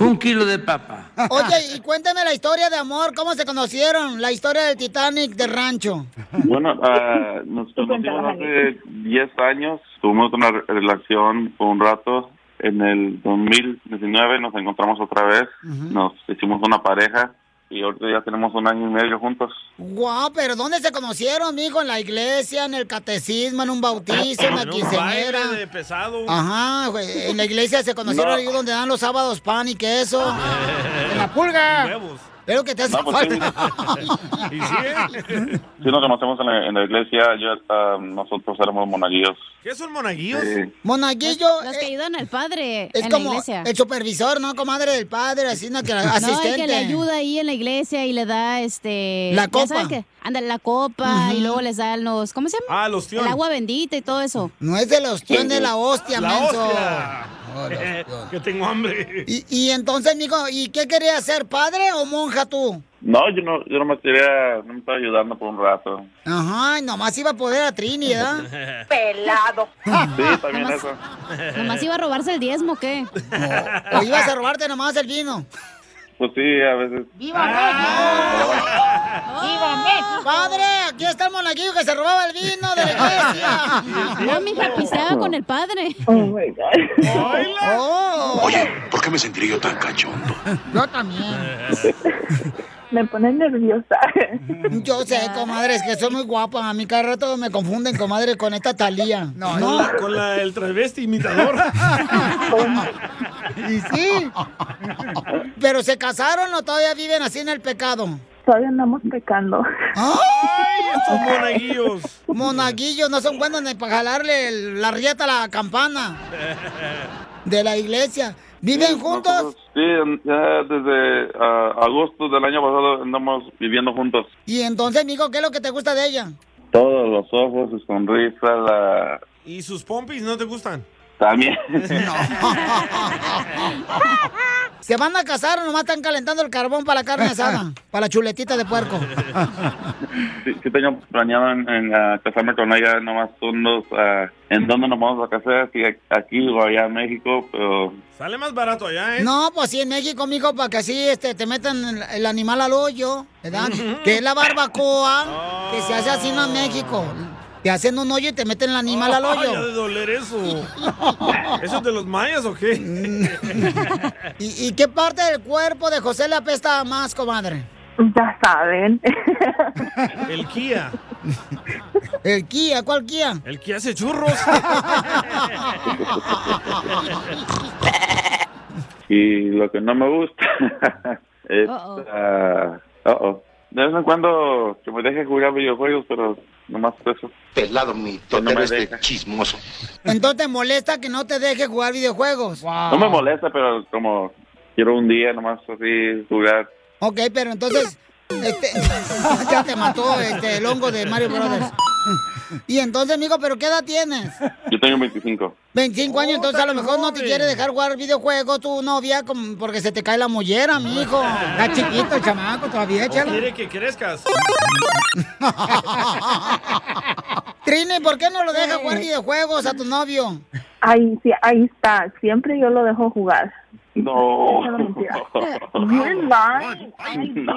Un kilo de papa.
Oye, y cuéntame la historia de amor, cómo se conocieron, la historia del Titanic de rancho.
Bueno, ah, nos conocimos hace 10 años. Tuvimos una re- relación por un rato. En el 2019 nos encontramos otra vez. Nos hicimos una pareja y ahorita ya tenemos un año y medio juntos.
Guau, pero ¿dónde se conocieron, mijo? ¿En la iglesia, en el catecismo, en un bautizo, en la
en un
quinceañera?
baile de pesado.
Ajá, güey, en la iglesia se conocieron
No.
ahí donde dan los sábados pan y queso.
Ah,
en la pulga. Pero que te hace
No, pues sí.
falta.
[laughs]
Sí, nos conocemos en la, en la iglesia. Yo, ah, nosotros éramos monaguillos.
¿Qué son monaguillos?
Sí.
Monaguillo.
Los que ayudan al padre
eh, Es
en la
como
iglesia.
el supervisor, ¿no? Comadre del padre, así, ¿no? [laughs] Que la-
No,
asistente.
el que le ayuda ahí en la iglesia y le da este.
La
ya
copa.
saben que- anda la copa y luego les dan los. ¿Cómo se llama?
Ah, los
El agua bendita y todo eso.
No es de los ostión, de la hostia,
La
menso.
hostia.
[laughs] que tengo hambre.
Y, y entonces, mijo, ¿y qué querías ser, padre o monja tú?
No, yo no, yo no me quería, no me estaba ayudando por un rato.
Ajá, y nomás iba a poder a Trini, ¿verdad? [laughs]
Pelado.
Sí, también eso.
Nomás iba a robarse el diezmo, ¿o
[laughs]
¿qué?
O ibas a robarte nomás el vino.
Pues sí, a veces.
¡Viva México!
¡Oh!
¡Viva México! ¡Padre! Aquí está el monaguillo que se robaba el vino de la
[laughs]
iglesia.
No, mija, pisteaba con el padre.
Oh my God.
Oh.
Oye, ¿por qué me sentiré yo tan
[laughs]
cachondo?
Yo también.
Me ponen nerviosa.
[laughs] Yo sé, comadre, es que soy muy guapa. A mi cada rato me confunden, comadre, con esta talía. No,
Con
no.
la- Con la, el travesti imitador.
[laughs] Y sí. ¿Pero se casaron o todavía viven así en el pecado?
Todavía andamos pecando.
¡Ay!
estos monaguillos.
Monaguillos no son buenos ni para jalarle el- la rieta a la campana de la iglesia. ¿Viven juntos?
Sí, ya desde ah, agosto del año pasado andamos viviendo juntos.
Y entonces, amigo, ¿qué es lo que te gusta de ella?
Todos los ojos, su sonrisa, la...
¿Y sus pompis no te gustan?
También. [laughs]
¿Se van a casar o nomás están calentando el carbón para la
[laughs]
carne asada? Para la chuletita de puerco.
sí, sí tengo planeado en, en, ah, casarme con ella, nomás unos... ah, ¿En dónde nos vamos a casar? Si aquí o allá en México, pero...
[laughs] Sale más barato allá, ¿eh?
No, pues sí, en México, mijo, para que así este, te metan el, el animal al hoyo, ¿verdad? que es
[laughs]
la barbacoa, que se hace así no en México. Te hacen un hoyo y te meten el animal
[laughs]
al
Ay, ha de
hoyo.
doler eso.
[laughs]
¿Eso es de los mayas o qué?
Mm, ¿Y, y qué parte del cuerpo de José le apesta más, comadre?
Ya saben.
El Kia.
¿El Kia? ¿Cuál Kia?
El Kia hace churros.
Y lo que no me gusta [laughs] es...
Uh-oh.
ah, uh-oh. De vez en cuando que me deje jugar videojuegos, pero nomás eso. Pelado mi
Pero es de chismoso.
Entonces te molesta que no te deje jugar videojuegos.
No me molesta, pero como quiero un día nomás así jugar.
Ok, pero entonces. Este, [laughs] ya te mató este, el hongo de Mario Brothers. Y entonces, amigo, ¿pero qué edad tienes?
Yo tengo 25.
25 años, entonces a lo mejor no te quiere dejar jugar videojuegos tu novia como porque se te cae la mollera, mijo. Está chiquito el chamaco todavía,
¿O
chala.
quiere que crezcas?
[laughs] Trini, ¿por qué no lo deja jugar videojuegos a tu novio?
Ahí, sí, ahí está. Siempre yo lo dejo jugar. [laughs]
No. [laughs]
You're lying.
No.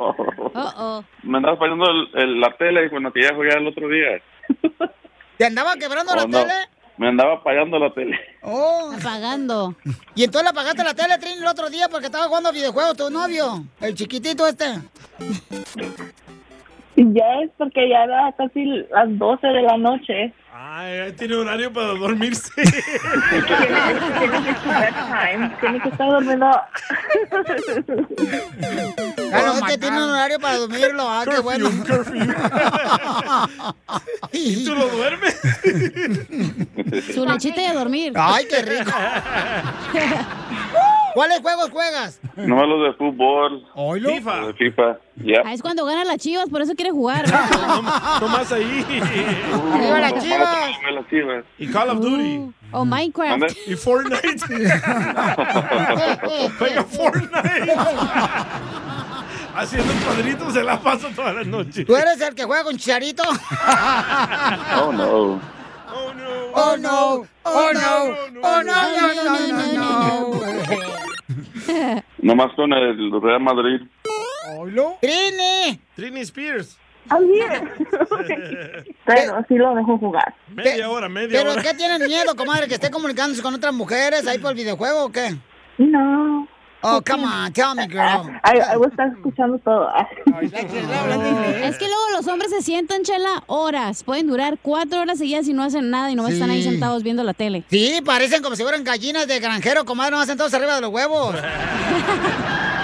Oh.
Uh-oh.
Me andaba fallando el- el- la tele cuando quería jugar el otro día.
¿Te andaba quebrando
¿O
la
no?
tele?
Me andaba fallando la tele.
Oh. Apagando. [laughs] ¿Y entonces le apagaste la tele, Trini, el otro día porque estaba jugando videojuegos tu novio? El chiquitito este.
Ya es porque ya era casi las 12 de la noche.
Ay, ahí tiene horario para
[laughs]
dormirse.
Tiene que estar durmiendo.
Claro, es que tiene un horario para dormirlo. Ah, qué bueno. [laughs] ¿Y tú lo [laughs] duermes?
Su
[laughs]
lechita y a dormir.
Ay,
[laughs]
qué rico. ¿Cuáles juegos juegas?
No Mm. los de fútbol.
FIFA.
Los de FIFA. Ya.
Ah, es cuando gana las chivas, por eso quiere jugar.
[laughs] No más ahí.
¡Arriba las chivas!
Me las ibas.
Y Call of
[laughs]
Duty.
O Minecraft.
¿Dónde?
Y
[laughs]
Fortnite. Juega
[laughs]
Fortnite. Haciendo cuadritos se la paso toda la noche.
¿Tú eres el que juega con Chicharito? [laughs]
Oh, no.
Oh no, oh no, oh no, no, no, no, no.
Nomás con el Real Madrid.
Trini.
Trini Spears.
Pero Ah, sí lo dejo jugar.
Media hora, media
¿Pero
hora.
qué tienen miedo, comadre, que esté comunicándose con otras mujeres ahí por el videojuego o qué?
No.
Oh, come on, tell me, girl.
Ay, ay, voy a estar escuchando todo.
Es que luego los hombres se sientan, chela, horas. Pueden durar cuatro horas seguidas y no hacen nada y nomás están ahí
Sí.
sentados viendo la tele.
Sí, parecen como si fueran gallinas de granjero, comadre, nomás sentados arriba de los
[laughs]
huevos.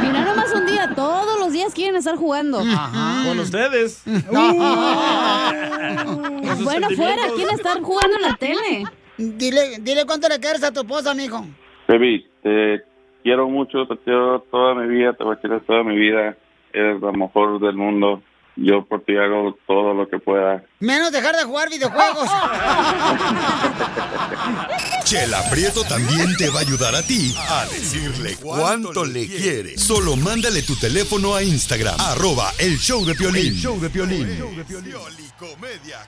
Mira nomás un día, todos los días quieren estar jugando.
Con ustedes. Con sus
Bueno, fuera,
sentimientos.
quieren estar jugando en la tele.
Dile, dile cuánto le quieres a tu esposa, mijo.
Baby, te quiero mucho, te quiero toda mi vida, te voy a querer toda mi vida. Eres la mejor del mundo. Yo por ti hago todo lo que pueda.
Menos dejar de jugar
[laughs]
videojuegos.
Chela Prieto también te va a ayudar a ti a decirle cuánto le quiere. Solo mándale tu teléfono a Instagram, arroba el show de Piolín. show de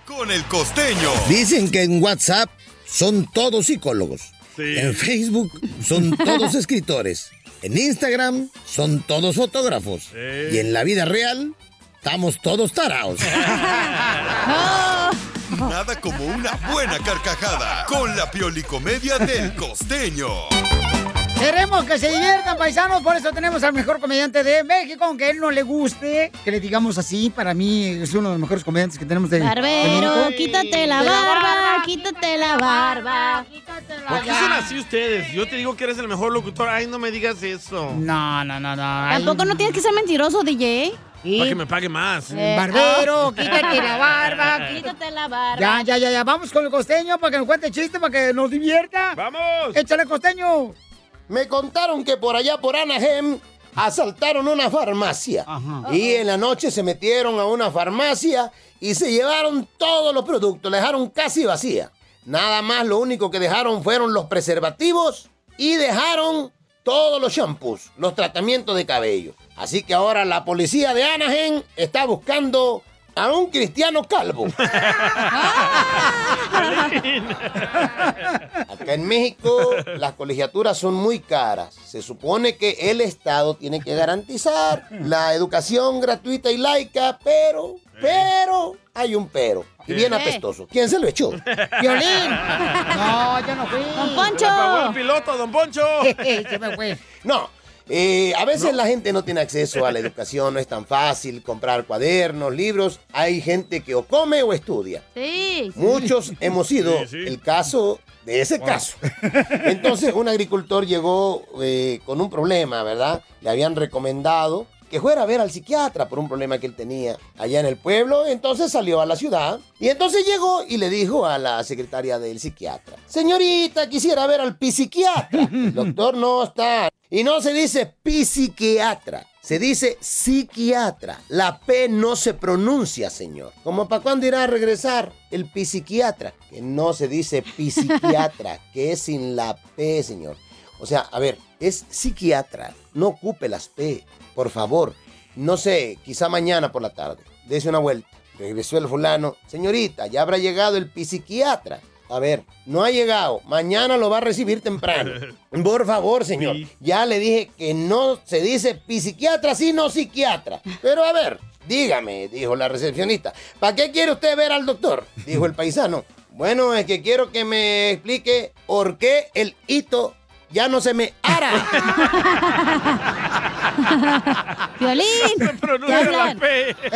Con el costeño.
Dicen que en WhatsApp son todos psicólogos.
Sí.
En Facebook son todos escritores. En Instagram son todos fotógrafos.
Eh.
Y
[laughs]
en la vida real estamos todos taraos.
[laughs] Nada como una buena carcajada con la piolicomedia del costeño.
Queremos que se diviertan, paisanos, por eso tenemos al mejor comediante de México, aunque a él no le guste que le digamos así. Para mí es uno de los mejores comediantes que tenemos de de
Barbero,
México.
quítate la
De
barba, quítate la barba.
¿Por qué son así ustedes? Yo te digo que eres el mejor locutor. Ay, no me digas eso.
No, no, no, no.
Tampoco no tienes que ser mentiroso, DJ.
Para que me pague más.
Eh, ah.
Barbero, quítate la barba,
Quítate la barba.
Ya, ya, ya, ya. Vamos con el costeño para que nos cuente chiste, para que nos divierta.
¡Vamos!
¡Échale costeño!
Me contaron que por allá por Anaheim asaltaron una farmacia. Y en la noche se metieron a una farmacia y se llevaron todos los productos, la dejaron casi vacía. Nada más lo único que dejaron fueron los preservativos y dejaron todos los shampoos, los tratamientos de cabello. Así que ahora la policía de Anaheim está buscando a un cristiano calvo. Acá en México las colegiaturas son muy caras. Se supone que el Estado tiene que garantizar la educación gratuita y laica, pero, pero, hay un pero. Y bien
¿Qué?
apestoso. ¿Quién se lo echó?
¡Violín!
[laughs]
No, yo no fui. ¡Don
Poncho. Se la pagó el
piloto, don
[laughs]
Poncho!
Se me
[laughs]
fue.
No. eh, a veces la gente no tiene acceso a la educación, no es tan fácil comprar cuadernos, libros. Hay gente que o come o estudia.
Sí.
Muchos hemos sido
Sí, sí.
el caso de ese caso. Entonces, un agricultor llegó eh, con un problema, ¿verdad? Le habían recomendado que fuera a ver al psiquiatra por un problema que él tenía allá en el pueblo. Entonces salió a la ciudad y entonces llegó y le dijo a la secretaria del psiquiatra: Señorita, quisiera ver al psiquiatra. El doctor no está. Y no se dice psiquiatra. Se dice psiquiatra. La P no se pronuncia, señor. Como para cuándo irá a regresar el psiquiatra. Que no se dice psiquiatra, que es sin la P, señor. O sea, a ver, es psiquiatra. No ocupe las P, por favor. No sé, quizá mañana por la tarde. Dese una vuelta. Regresó el fulano. Señorita, ya habrá llegado el psiquiatra. A ver, no ha llegado. Mañana lo va a recibir temprano. Por favor, señor. Ya le dije que no se dice psiquiatra, sino psiquiatra. Pero a ver, dígame, dijo la recepcionista. ¿Para qué quiere usted ver al doctor? Dijo el paisano. Bueno, es que quiero que me explique por qué el hito ya no se me ara.
Violín.
Ya la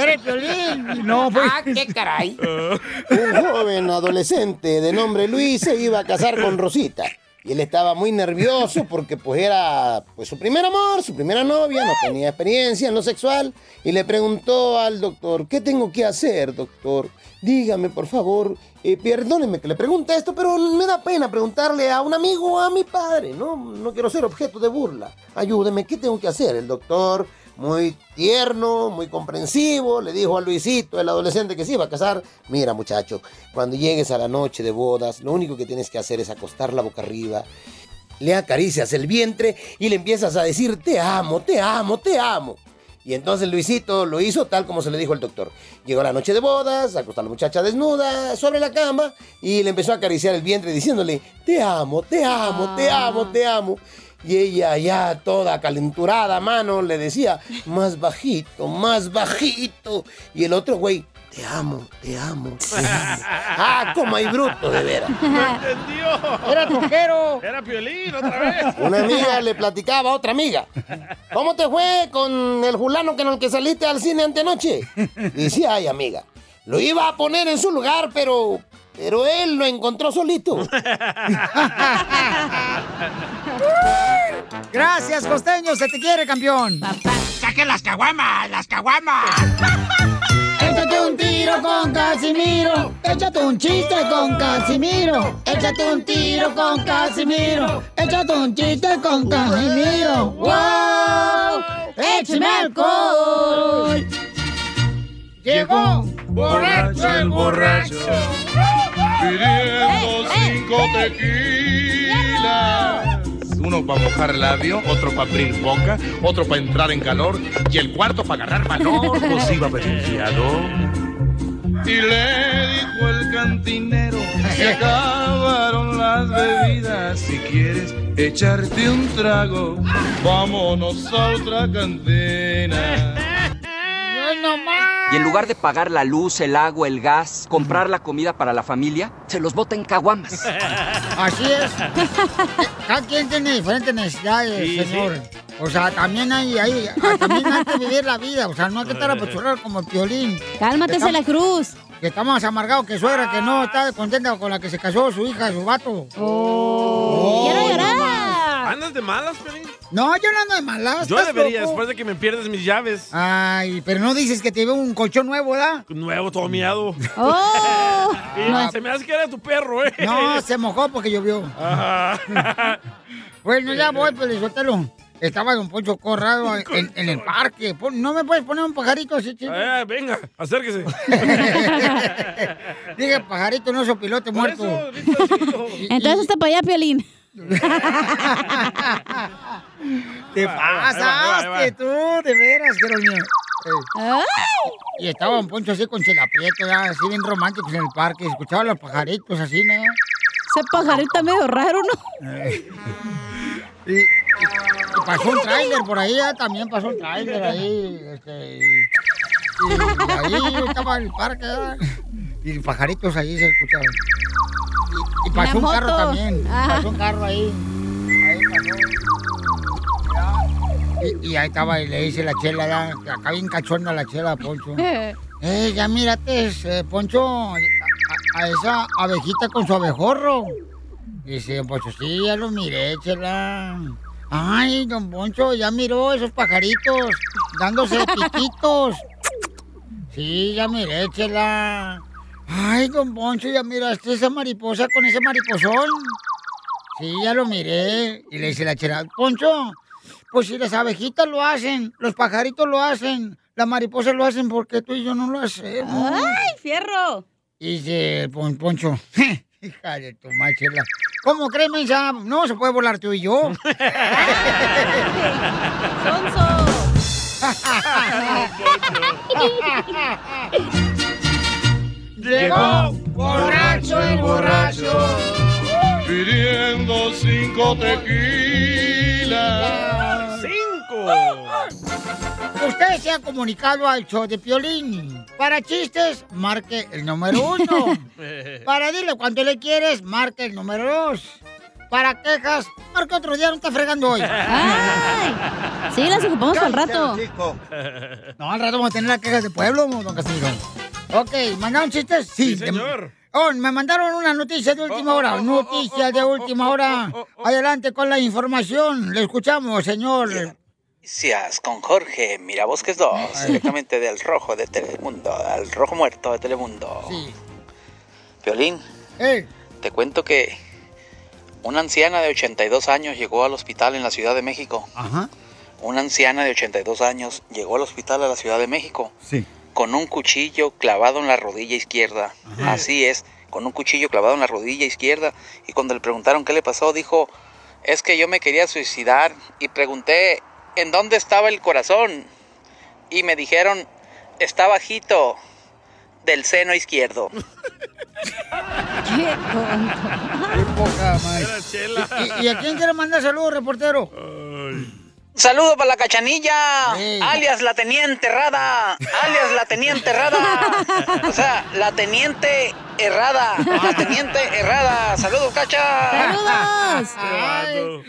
Eres violín.
No, pues.
Ah, qué caray.
Un joven adolescente de nombre Luis se iba a casar con Rosita. Y él estaba muy nervioso porque pues era pues, su primer amor, su primera novia, no tenía experiencia en lo sexual. Y le preguntó al doctor, ¿qué tengo que hacer, doctor? Dígame, por favor, eh, perdóneme que le pregunte esto, pero me da pena preguntarle a un amigo o a mi padre, ¿no? No quiero ser objeto de burla. Ayúdeme, ¿qué tengo que hacer? El doctor, muy tierno, muy comprensivo, le dijo a Luisito, el adolescente que se iba a casar, mira muchacho, cuando llegues a la noche de bodas, lo único que tienes que hacer es acostar la boca arriba, le acaricias el vientre y le empiezas a decir, te amo, te amo, te amo. Y entonces Luisito lo hizo tal como se le dijo el doctor. Llegó la noche de bodas, acostó a la muchacha desnuda sobre la cama y le empezó a acariciar el vientre diciéndole, te amo, te amo, te amo, te amo. Y ella ya toda calenturada, mano, le decía, más bajito, más bajito. Y el otro güey, te amo, te amo, te amo. Ah, como hay bruto, de veras.
Era tojero.
Era violín otra vez.
Una amiga le platicaba a otra amiga. ¿Cómo te fue con el fulano con el que saliste al cine antenoche? Dice, ay, amiga. Lo iba a poner en su lugar, pero. Pero él lo encontró solito.
Gracias, costeño. Se te quiere, campeón.
¡Saque las caguamas! ¡Las
[laughs]
caguamas! Échate un tiro con Casimiro. Échate un chiste con Casimiro. Échate un tiro con Casimiro. Échate un chiste con Casimiro. ¡Wow! ¡Échame alcohol!
Llegó.
Borracho el borracho.
Pidiendo cinco tequilas. Uno para mojar labio, otro para abrir boca, otro para entrar en calor y el cuarto para agarrar valor. Pues iba beneficiado. Y le dijo el cantinero, se acabaron las bebidas. Si quieres echarte un trago, vámonos a otra cantina.
Y en lugar de pagar la luz, el agua, el gas, comprar la comida para la familia, se los bota en caguamas.
Así es. Cada quien tiene diferentes necesidades,
Sí,
señor. O sea, también hay, hay- ah, también hay que vivir la vida. O sea, no hay que
Eh.
estar apachurrado como el violín.
Cálmate,
Estamos-
la cruz.
Que está más amargado que suegra, que no está contenta con la que se casó su hija, su vato.
Oh.
¡Quiero llorar!
¿Andas de malas, Pelín?
No, yo no ando de malas.
Yo
¿estás
debería,
loco?
después de que me pierdes mis llaves.
Ay, pero no dices que te veo un colchón nuevo, ¿verdad?
Nuevo, todo miado.
¡Oh!
[laughs] Y Se me hace que era tu perro, ¿eh?
No,
[laughs]
se mojó porque llovió. Bueno, ya voy, Pelizotelo. Estaba Don Poncho Corrado en, en el parque. Pon- ¿No me puedes poner un pajarito así, chico?
Eh, venga, acérquese.
[laughs] Dije, pajarito, no soy piloto muerto.
Entonces hasta para allá, Piolín.
Te
ahí va, ahí
pasaste tú, de veras, pero mío.
¿Eh?
Y estaba un poncho así con chelaprieto, ya, así bien románticos en el parque. y Escuchaba a los pajaritos así, ¿no?
Ese pajarito medio raro, ¿no?
Eh.
Y, y- y pasó un tráiler por ahí, ya, también pasó un tráiler ahí. Este, y, y ahí estaba el parque, ya, Y pajaritos ahí se escuchaban. Y, y
La
pasó un carro
moto.
también.
Ajá.
Pasó un carro ahí. Ahí pasó. Y, y ahí estaba y le dice la chela, ya, acá bien cachonda la chela, Poncho. Eh, ya mírate, eh, Poncho, a, a- a esa abejita con su abejorro. Dice, pues sí, ya lo miré, chela. Ay, don Poncho, ya miró esos pajaritos dándose piquitos. Sí, ya miré, chela. Ay, don Poncho, ya miraste esa mariposa con ese mariposón. Sí, ya lo miré. Y le dice la chela, Poncho, pues si las abejitas lo hacen, los pajaritos lo hacen, las mariposas lo hacen, porque tú y yo no lo hacemos?
¡Ay, fierro!
Y dice el Pon- Poncho, [laughs] hija de tu machela. ¿Cómo crees, mensa? No se puede volar tú y
[laughs]
yo.
Llegó borracho el borracho.
Cinco tequilas.
Cinco. Usted se ha comunicado al show de Piolín. Para chistes, marque el número
[laughs]
uno.
[laughs]
Para dile cuánto le quieres, marque el número dos. Para quejas, marque otro día, no está fregando hoy.
Sí, las ocupamos al rato.
No, al rato vamos a tener las quejas de pueblo, don Castillo. Ok, ¿mandaron chistes? Sí, señor. Oh, me mandaron una noticia de última hora. noticia de última hora. Adelante con la información. Le escuchamos, señor.
Noticias con Jorge Mirabosques 2, directamente del Rojo de Telemundo, al Rojo Muerto de Telemundo.
Sí.
Violín,
Eh,
te cuento que una anciana de 82 años llegó al hospital en la Ciudad de México.
Ajá.
Una anciana de 82 años llegó al hospital a la Ciudad de México
Sí.
con un cuchillo clavado en la rodilla izquierda.
Ajá.
Así es, con un cuchillo clavado en la rodilla izquierda. Y cuando le preguntaron qué le pasó, dijo, es que yo me quería suicidar y pregunté, ¿en dónde estaba el corazón? Y me dijeron, está bajito del seno izquierdo.
Qué poca madre. ¿Y, y a quién quiere mandar saludos, reportero?
Saludos para la cachanilla, alias la teniente errada, alias la teniente errada, o sea, la teniente errada, la teniente errada. Saludos, cacha.
¡Saludos!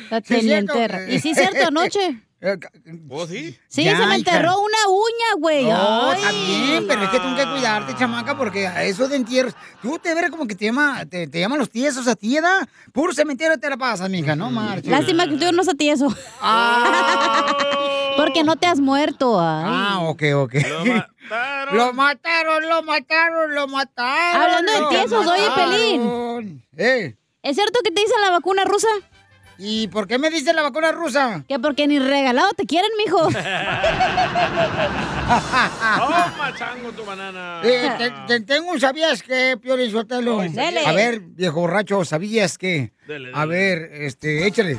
La
Sí, es cierto.
teniente Ra- Y sí, es cierto,
[laughs]
anoche.
Eh,
¿Vos sí?
Sí, se me enterró una uña, güey.
No,
Ay.
también, pero es que tengo que cuidarte, chamaca, porque a eso de entierros. Tú te ves como que te, llama, te, te llaman los tiesos a ti, ¿verdad? Puro cementerio te la pasas, mija, no marches.
Lástima que tú no se eso. [laughs] Porque no te has muerto.
[laughs] Ah, ok, ok. Lo mataron, lo mataron, lo mataron.
Hablando de
lo
tiesos, oye,
mataron.
¿Es cierto que te dicen la vacuna rusa?
Eh. ¿Y por qué me dicen la vacuna rusa?
Que porque ni regalado te quieren,
[laughs]
mijo.
Toma,
[laughs]
chango, tu banana.
Eh, te- te- tengo un sabías que, Piolín Sotelo.
Ah. Ay, dele.
A ver, viejo borracho, ¿sabías que?
Dele,
A
dele.
ver, este, échale.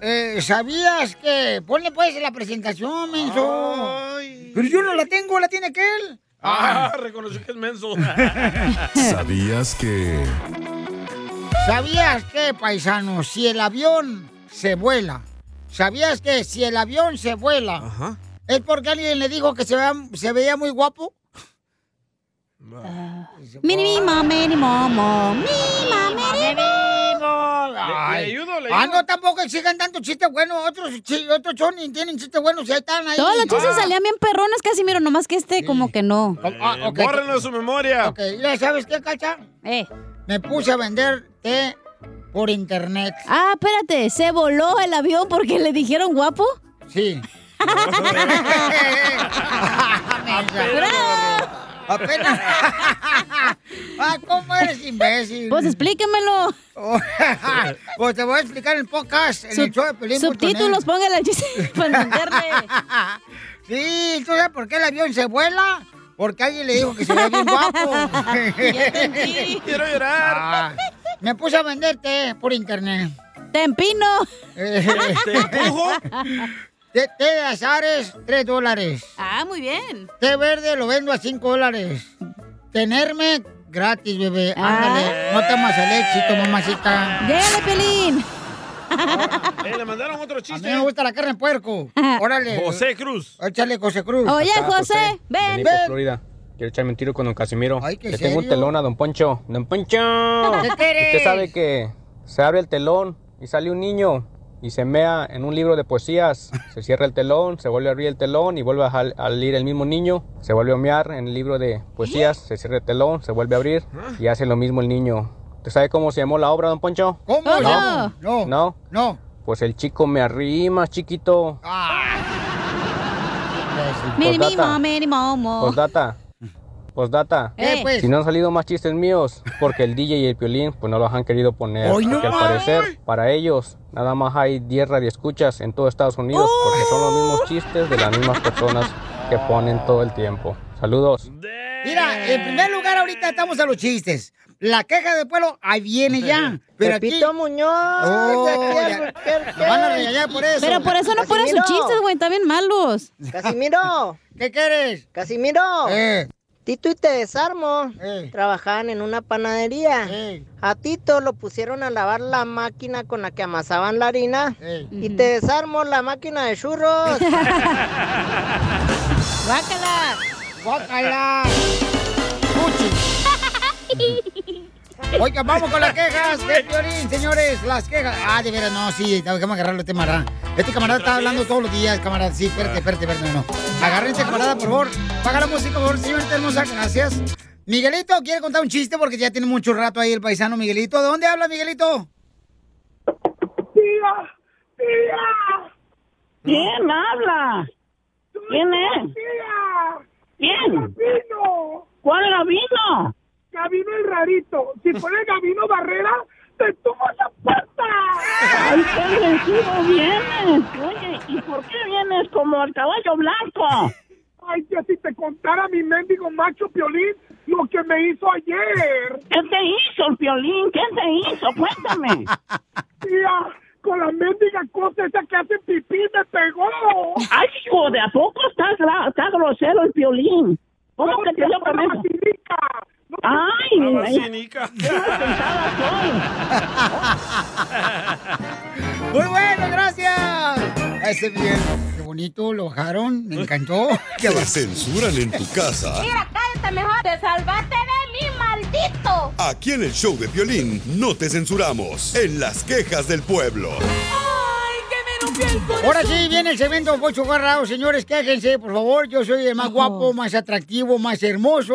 Eh, ¿Sabías que? Ponle pues la presentación, menso. Pero yo no la tengo, la tiene que él.
Ah, reconoció que es
[laughs]
menso.
¿Sabías que...
¿Sabías que, paisano, si el avión se vuela? ¿Sabías que si el avión se vuela? ¿Es porque alguien le dijo que se vea- se veía muy guapo?
Mini, Ah. mi, ma, mini, momo. Mi, ma, mini,
Ay.
mo.
Ah, no, tampoco exigen tanto chiste bueno. Otros, chi- otros chonis tienen chistes buenos y ahí están ahí.
Todos los chistes
Ah.
salían bien perrones, casi miro, nomás que este como que no.
Ah, ok.
Eh, Bórrenlo de su memoria.
Ok, mira, ¿sabes qué, Cacha?
Eh.
Me puse a vender té por internet.
Ah, espérate, ¿se voló el avión porque le dijeron guapo?
Sí. Apenas. ah, ¿cómo eres imbécil?
Pues explíquemelo.
[laughs] pues te voy a explicar en el podcast, en el show de pues, Pelín
subtítulos, póngale al chiste [laughs] para entenderle.
[laughs] Sí, ¿tú sabes por qué el avión se vuela? Porque alguien le dijo que se ve bien guapo.
[laughs] Ya
[laughs]
entendí. Ah.
Quiero llorar.
me puse a venderte por internet.
¡Tempino!
[laughs]
¿Te empujo?
Té té de azares, 3 dólares.
Ah, muy bien.
Té verde lo vendo a 5 dólares. Tenerme gratis, bebé. Ándale, no te más el éxito, mamacita.
¡Llegale, Pelín!
Eh, le mandaron otro chiste.
A mí me gusta la carne de
[laughs]
puerco. Órale.
José Cruz.
Échale, José Cruz.
Oye,
Acá, José,
José,
De
Eh, ven.
Nico, Florida. Quiero echarme un tiro con don Casimiro.
qué
Le tengo un
serio.
telón a don Poncho. ¡Don Poncho!
¿Qué quieres?
Usted sabe que se abre el telón y sale un niño y se mea en un libro de poesías. Se cierra el telón, se vuelve a abrir el telón y vuelve a jal- a salir el mismo niño. Se vuelve a mear en el libro de poesías. Se cierra el telón, se vuelve a abrir y hace lo mismo el niño. ¿Usted sabe cómo se llamó la obra, don Poncho?
¿Cómo?
No.
No.
No.
No. Ah.
Pues el chico me arrima, chiquito. Pues,
Mini, mi,
Postdata.
ma, mini, momo.
Postdata. Postdata.
Eh, pues.
Si no han salido más chistes míos, porque el DJ y el piolín pues no los han querido poner.
¡Ay, no
Que al
más!
parecer, para ellos, nada más hay 10 radioescuchas en todo Estados Unidos, porque son los mismos chistes de las mismas personas que ponen todo el tiempo. Saludos.
Mira, en primer lugar ahorita estamos a los chistes. La queja de pueblo, ahí viene ya. Pero aquí...
Pepito
Muñoz. ya. Nos van a regañar por eso.
Pero por eso no ponen sus
Casimiro.
chistes, güey, también malos.
Casimiro. ¿Qué quieres? Casimiro.
Tito y te desarmo trabajaban en una panadería. A Tito lo pusieron a lavar la máquina con la que amasaban la harina. Y te desarmo la máquina de churros.
¡Guácala!
¡Guácala! Oiga, vamos con las quejas de Piolín, señores. Las quejas. Ah, de veras, no, sí. Déjame agarrarlo este camarada. Este camarada está hablando todos los días, camarada. Sí, espérate, espérate, espérate. No, no. Agarren este camarada, por favor. Paga la música, por favor, señorita hermosa. Gracias. Miguelito, quiere contar un chiste porque ya tiene mucho rato ahí el paisano Miguelito. ¿De dónde habla Miguelito?
¡Tía! ¡Tía! ¿Quién habla? ¿Quién es? ¿Quién?
Gabino.
¿Cuál Gabino?
Gabino el rarito. Si pones Gabino Barrera, te tomo la puerta.
¡Ay, qué agresivo vienes! Oye, ¿y por qué vienes como el caballo blanco?
Ay, que si te contara mi mendigo macho Piolín lo que me hizo ayer.
¿Qué te hizo el Piolín? ¿Qué te hizo? Cuéntame.
Tía, con la mendiga cosa esa que hace pipí me pegó.
¡Ay, hijo! ¿De a poco está, gra- está grosero el Piolín? ¿Cómo que te dio con eso? ¡Ay!
La
ay,
vacinica.
Muy [laughs] bueno, gracias. Ese bien. Qué bonito, lo bajaron. Me encantó. Qué
Te censuran en tu casa.
cállate mejor. Te salvaste de mí, maldito.
Aquí en el show de violín no te censuramos. En las quejas del pueblo.
Ahora sí, viene el segmento Pocho Garrado. Señores, quéjense, por favor. Yo soy el más guapo, más atractivo, más hermoso.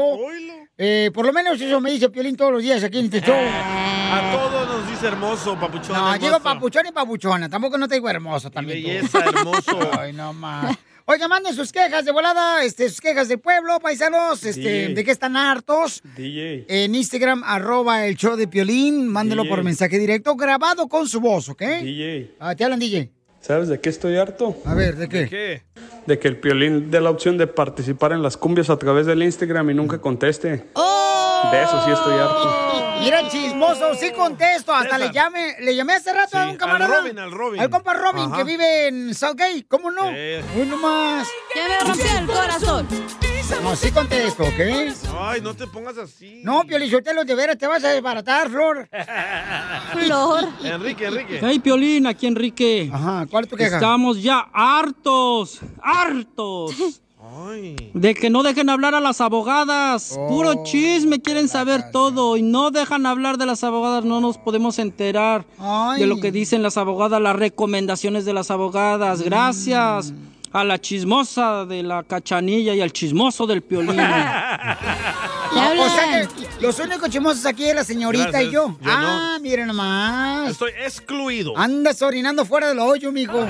Eh, por lo menos eso me dice Piolín todos los días aquí en este show.
A todos nos dice hermoso, papuchón.
No,
hermoso.
digo papuchón y papuchona. Tampoco no te digo hermoso también. tú.
belleza, hermoso.
Ay, no más. [laughs] Oiga, manden sus quejas de volada, este, sus quejas del pueblo, paisanos, este,
DJ.
de qué están hartos.
DJ.
En Instagram, arroba el show de Piolín, mándelo
DJ.
por mensaje directo, grabado con su voz, ¿ok?
DJ.
Ah, te hablan, DJ.
¿Sabes de qué estoy harto?
A ver, ¿de qué?
De que el piolín dé la opción de participar en las cumbias a través del Instagram y nunca conteste.
¡Oh!
De eso sí estoy harto. [laughs]
Mira, chismoso, sí contesto. Hasta le llamé, le llamé hace rato a un camarada.
Robin, al Robin.
compa Robin
Ajá.
que vive en Southgate. ¿Cómo no? Uy, no más.
Que me rompió el corazón.
No, sí contesto, ¿ok?
Ay, no te pongas así.
No, Piolichotelo, de veras te vas a desbaratar, Flor. Flor.
Enrique, Enrique.
Hey, Piolín, aquí Enrique.
Ajá, ¿cuál es tu queja?
Estamos ya hartos, hartos. De que no dejen hablar a las abogadas.
Oh,
Puro chisme, quieren saber todo. Y no dejan hablar de las abogadas, no nos podemos enterar de lo que dicen las abogadas, las recomendaciones de las
Mm.
abogadas. Gracias. A la chismosa de la cachanilla y al chismoso del piolín.
[laughs]
O sea que los únicos chismosos aquí es la señorita
Gracias,
y yo.
yo
ah, miren nomás.
Estoy excluido.
Andas orinando fuera del
[laughs]
hoyo, mijo.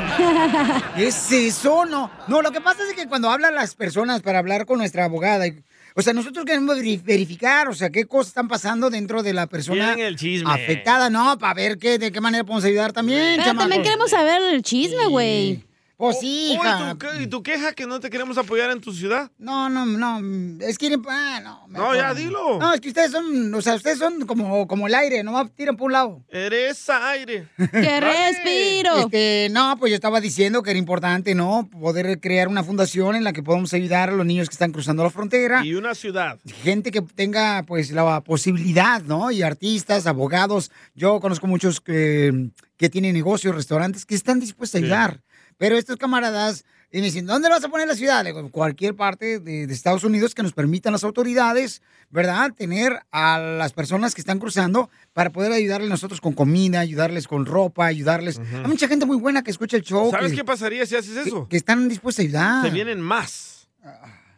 ¿Es eso? No. No, lo que pasa es que cuando hablan las personas para hablar con nuestra abogada, y- o sea, nosotros queremos veri- verificar, o sea, qué cosas están pasando dentro de la persona
Quieren el chisme.
afectada, ¿no? Para ver qué, de qué manera podemos ayudar también,
Pero también
chamacos.
queremos saber el chisme, güey.
Pues sí,
Uy,
hija.
¿tu que- ¿Y tu queja que no te queremos apoyar en tu ciudad?
No, no, no. Es que. Ah, no. me
No,
acuerdo.
ya, dilo.
No, es que ustedes son. O sea, ustedes son como, como el aire, nomás tiran por un lado.
Eres
[laughs]
aire.
¡Qué
respiro!
Este, no, pues yo estaba diciendo que era importante, ¿no? Poder crear una fundación en la que podamos ayudar a los niños que están cruzando la frontera.
Y una ciudad.
Gente que tenga, pues, la posibilidad, ¿no? Y artistas, abogados. Yo conozco muchos que, que tienen negocios, restaurantes, que están dispuestos a ayudar. Pero estos camaradas y me dicen, ¿dónde vas a poner la ciudad? Le digo, "En cualquier parte de, de Estados Unidos que nos permitan las autoridades, ¿verdad? Tener a las personas que están cruzando para poder ayudarles nosotros con comida, ayudarles con ropa, ayudarles. Hay mucha gente muy buena que escucha el show.
¿Sabes
que-
qué pasaría si haces eso?
Que están dispuestos a ayudar.
Te
[laughs]
vienen más.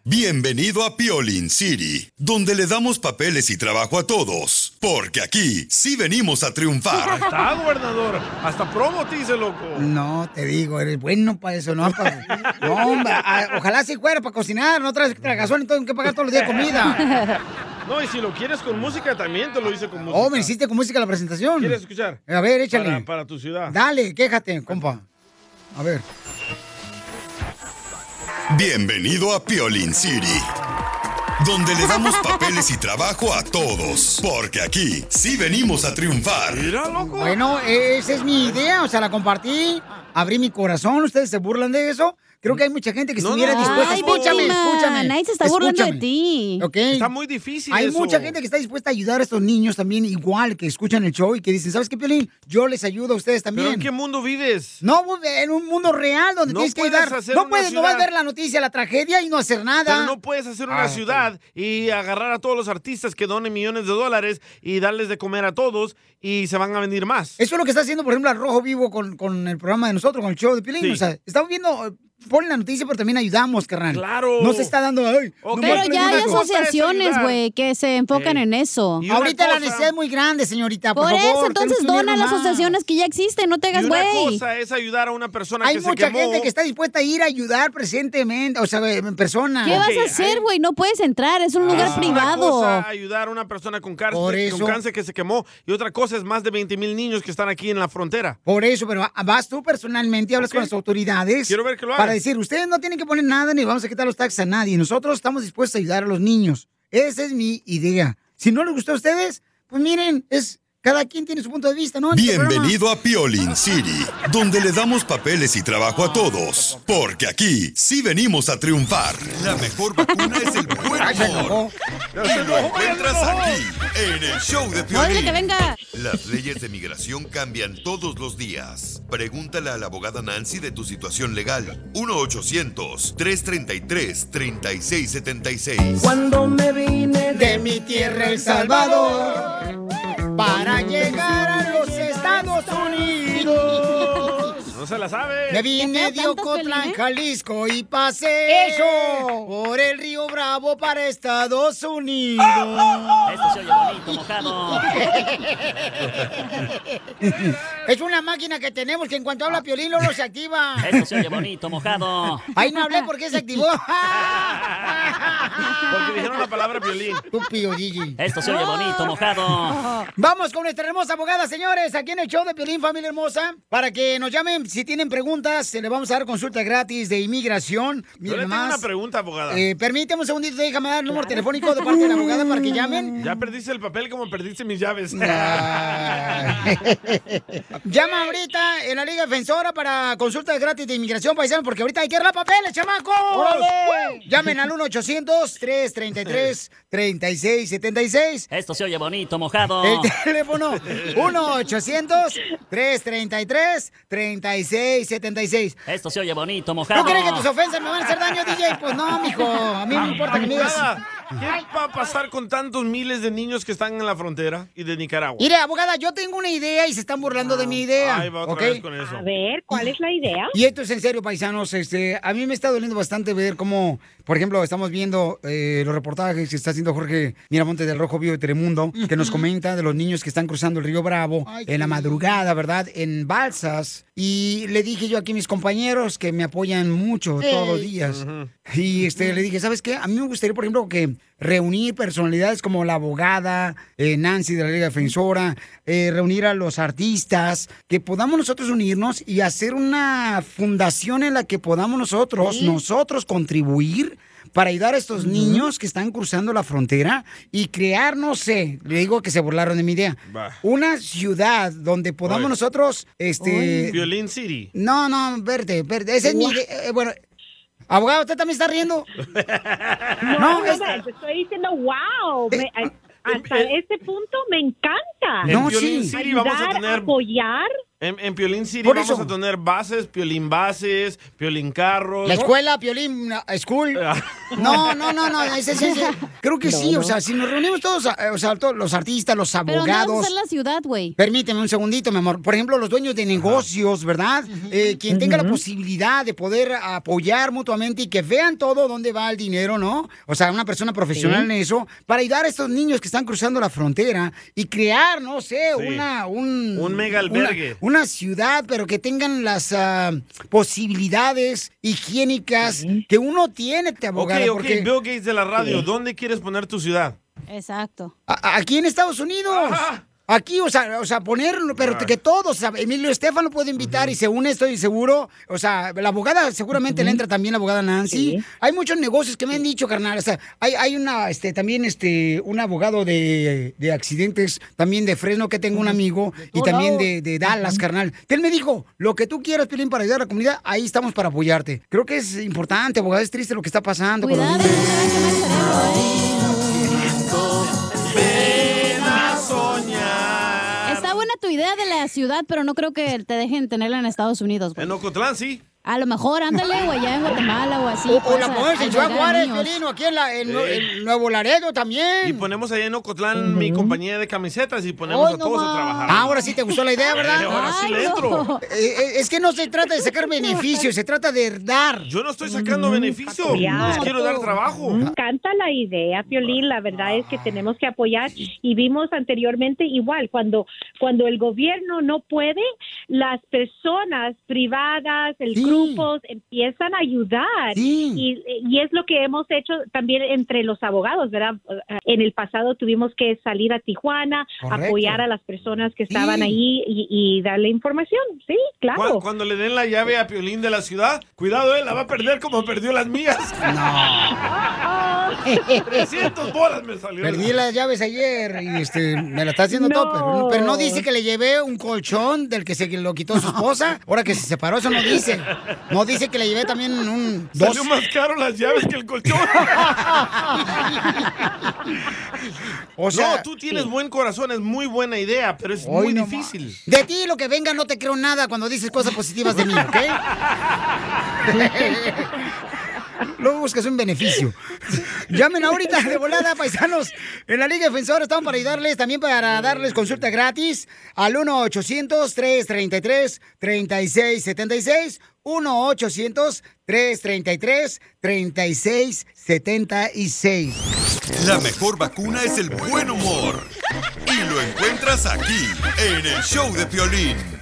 Bienvenido a Piolin City, donde le damos papeles y trabajo a todos, porque aquí sí venimos a triunfar.
[laughs] Está, gobernador. Hasta promo te hice, loco.
No, te digo, eres bueno para eso, no para... No, hombre, a- ojalá sí fuera para cocinar, no traes tragazón y tengo que pagar todos los
[laughs]
días [laughs] comida.
No, y si lo quieres con música, también te lo hice con música.
Oh, me hiciste con música la presentación.
¿Quieres escuchar?
A ver, échale.
Para, para tu ciudad.
Dale, quéjate, compa. A ver.
Bienvenido a Piolin City, donde le damos papeles y trabajo a todos, porque aquí sí venimos a triunfar.
Bueno, esa es mi idea, o sea, la compartí, abrí mi corazón, ustedes se burlan de eso. Creo que hay mucha gente que
No,
estuviera
no.
dispuesta.
Ay,
escúchame,
víctima,
escúchame.
nadie se está burlando de
escúchame.
ti.
Ok.
Está muy difícil
Hay
eso.
mucha gente que está dispuesta a ayudar a estos niños también, igual que escuchan el show y que dicen, ¿sabes qué, Piolín? Yo les ayudo a ustedes también.
¿Pero en qué mundo vives?
No, en un mundo real donde
No
tienes que
puedes
ayudar.
hacer
no
una
puedes nomás
ciudad.
ver la noticia, la tragedia y no hacer nada.
Pero no puedes hacer una
Ah,
ciudad y agarrar a todos los artistas que donen millones de dólares y darles de comer a todos y se van a venir más.
Eso es lo que está haciendo, por ejemplo, al Rojo Vivo con, con el programa de nosotros, con el show de Piolín.
Sí.
O sea, estamos viendo, eh, ponen la noticia, pero también ayudamos, carnal.
Claro.
No se está dando. Ay,
Ok.
nomás
Pero ya hay
preguntan-
asociaciones, güey, que se enfocan en eso.
Y una Ahorita la cosa- necesidad es muy grande, señorita.
Por,
Por,
eso,
favor,
entonces
tenemos que
dona a las
unirnos más.
asociaciones que ya existen, no te
Y
hagas
una
güey.
cosa es ayudar a una persona
Hay
que
mucha
se quemó.
gente que está dispuesta a ir a ayudar presentemente, o sea, en persona.
¿Qué vas a hacer, güey? No puedes entrar, es un lugar
Ah, Es Una
privado.
cosa ayudar a una persona con
Por
cáncer,
eso-
con cáncer que se quemó y otra cosa es más de 20 mil niños que están aquí en la frontera.
Por eso, pero va- vas tú personalmente y hablas
Ok.
con las autoridades.
Quiero ver que lo hagas.
Para decir, ustedes no tienen que poner nada ni vamos a quitar los taxes a nadie. Nosotros estamos dispuestos a ayudar a los niños. Esa es mi idea. Si no les gustó a ustedes, pues miren, es cada quien tiene su punto de vista, ¿no? En este programa.
Bienvenido a
Ah.
Piolin City, donde le damos papeles y trabajo a todos, porque aquí sí venimos a triunfar. La mejor vacuna es el buen humor. Y lo encuentras aquí, en el show
No, dile
de Piolín.
que venga.
Las leyes de migración cambian todos los días. Pregúntale a la abogada Nancy de tu situación legal. 1-800-333-3676.
Cuando me vine
de mi tierra El Salvador para llegar a los Estados Unidos.
No se la sabe.
Me vine de Ocotlán, Jalisco y pasé ¡Eso! por el río Bravo para Estados Unidos.
[laughs]
Esto se oye bonito, mojado. es una máquina que tenemos que en cuanto habla Piolín, luego se activa.
Eso se oye bonito, mojado.
Ahí no hablé porque se activó.
Porque dijeron la palabra violín.
Estúpido, Gigi.
Esto se oye bonito, mojado.
Vamos con nuestra hermosa abogada, señores, aquí en el show de Piolín, familia hermosa, para que nos llamen si tienen preguntas, se le vamos a dar consulta gratis de inmigración.
Yo
Miren
le tengo
nomás.
una pregunta, abogada.
Eh, permíteme un segundito, déjame dar el número telefónico de parte de la abogada para que llamen.
Ya perdiste el papel como perdiste mis llaves.
Llama ahorita en la Liga Defensora para consultas gratis de inmigración paisano, porque ahorita hay que arreglar papeles, chamacos.
¡Órale!
Llamen al 1-800-333-3676.
Esto se oye bonito, mojado.
El teléfono 1-800-333-3676.
Esto se oye bonito, mojado.
¿No crees que tus ofensas me van a hacer daño, DJ? Pues no, mijo. A mí no me importa que me digas.
Abogada, ¿Qué va a pasar con tantos miles de niños que están en la frontera y de Nicaragua?
Mire, abogada, yo tengo una idea y se están burlando de mi idea.
Ahí va otra
¿ok?
vez con eso.
ver, ¿cuál es la idea? Y esto es en serio, paisanos. Este, a mí me está doliendo bastante ver cómo, por ejemplo, estamos viendo eh, los reportajes que está haciendo Jorge Miramonte del Rojo Vivo de Telemundo, que nos comenta de los niños que están cruzando el río Bravo
Ay,
en la
sí.
madrugada, ¿verdad? En balsas. Y le dije yo aquí a mis compañeros que me apoyan mucho
Ey.
todos los días. Y este, le dije, ¿sabes qué? A mí me gustaría, por ejemplo, que reunir personalidades como la abogada, eh, Nancy de la Liga Defensora, eh, reunir a los artistas, que podamos nosotros unirnos y hacer una fundación en la que podamos nosotros,
Sí.
nosotros contribuir para ayudar a estos niños que están cruzando la frontera y crear, no sé, le digo que se burlaron de mi idea,
Va.
una ciudad donde podamos
Ay.
nosotros, este...
Violín City.
No, no, verte, verte. Esa es mi
Gua-
idea. Eh, bueno, abogado, ¿usted también está riendo?
No,
No,
no,
es-
me- te estoy diciendo, wow,
Eh,
me-
ah,
hasta este punto me encanta.
En Piolín City vamos a
Ayudar,
tener-
apoyar.
En, en Piolín City
Por
vamos
eso.
a tener bases, Piolín bases, Piolín carros. Ah.
La escuela, Piolín, la
[laughs]
School. No, no, no, no, ese, ese, ese. Creo que
No,
sí, o
no.
sea, si nos reunimos todos, eh, o sea, todos los artistas, los
Pero ¿dónde vas a
abogados.
hacer la ciudad, güey?
Permíteme un segundito, mi amor. Por ejemplo, los dueños de negocios, ¿verdad? Eh, quien tenga la posibilidad de poder apoyar mutuamente y que vean todo dónde va el dinero, ¿no? O sea, una persona
Sí.
profesional en eso, para ayudar a estos niños que están cruzando la frontera y crear, no sé,
Sí.
una... Un,
Un mega albergue.
Una, una ciudad, pero que tengan las ah, posibilidades higiénicas que uno tiene, te
Ok,
abogado.
ok,
porque
Bill Gates de la radio,
Sí.
¿dónde quieres poner tu ciudad?
Exacto.
a- aquí en Estados Unidos... Aquí, o sea, o sea, ponerlo, pero que todos, o sea, Emilio Estefan lo puede invitar y según estoy seguro, o sea, la abogada seguramente le entra también la abogada Nancy. Hay muchos negocios que me han dicho, carnal, o sea, hay, hay una, este, también, este, un abogado de, de accidentes, también de Fresno, que tengo un amigo, y
todos
también
lados.
de, de Dallas, carnal, que él me dijo, lo que tú quieras, Pilín, para ayudar a la comunidad, ahí estamos para apoyarte. Creo que es importante, abogada, es triste lo que está pasando. con los niños.
Pena soñar.
Está buena tu idea de la ciudad, pero no creo que te dejen tenerla en Estados Unidos. güey.
En Ocotlán, sí.
A lo mejor, ándale, güey, allá en Guatemala o así. pues,
O, o la
puedes
pones en Ciudad
albergar
Juárez,
niños.
Piolín, o aquí en, la, en,
Sí.
en Nuevo Laredo también.
Eh. Y ponemos ahí en Ocotlán mi compañía de camisetas y ponemos
Ay,
a
no
todos
más.
a trabajar.
Ah, ahora sí te gustó la idea, ¿verdad?
Eh, ahora sí le entro.
Eh, eh, es que [laughs] no Mm. se trata de sacar beneficios, se trata de dar.
Yo no estoy sacando beneficio. Les quiero dar trabajo.
Me encanta la idea, Piolín. La verdad es que tenemos que apoyar. Y vimos anteriormente igual, cuando, cuando el gobierno no puede, las personas privadas, el grupos, empiezan a ayudar. Y, y es lo que hemos hecho también entre los abogados, ¿verdad? En el pasado tuvimos que salir a Tijuana,
Correcto.
apoyar a las personas que estaban
Sí.
ahí y, y darle información. Sí, claro.
Cuando, cuando le den la llave a Piolín de la ciudad, cuidado, él la va a perder como perdió las mías.
[laughs]
[laughs]
No.
300 bolas me salió.
Perdí las llaves ayer y este, me la está haciendo
No.
todo, pero, pero no dice que le llevé un colchón del que se lo quitó su [laughs] esposa. Ahora que se separó, eso no dice. No dice que le llevé también un.
Salió más caro las
[laughs]
llaves que el colchón.
O sea,
no, tú tienes buen corazón, es muy buena idea, pero es
Hoy
muy
no
difícil.
De ti lo que venga no te creo nada cuando dices cosas positivas de mí,
[laughs]
¿ok? Luego buscas un beneficio. Llamen ahorita de volada, paisanos. En la Liga Defensora estamos para ayudarles, también para darles consulta gratis al 1-800-333-3676. 1-800-333-3676.
La mejor vacuna es el buen humor. Y lo encuentras aquí, en el show de Piolín.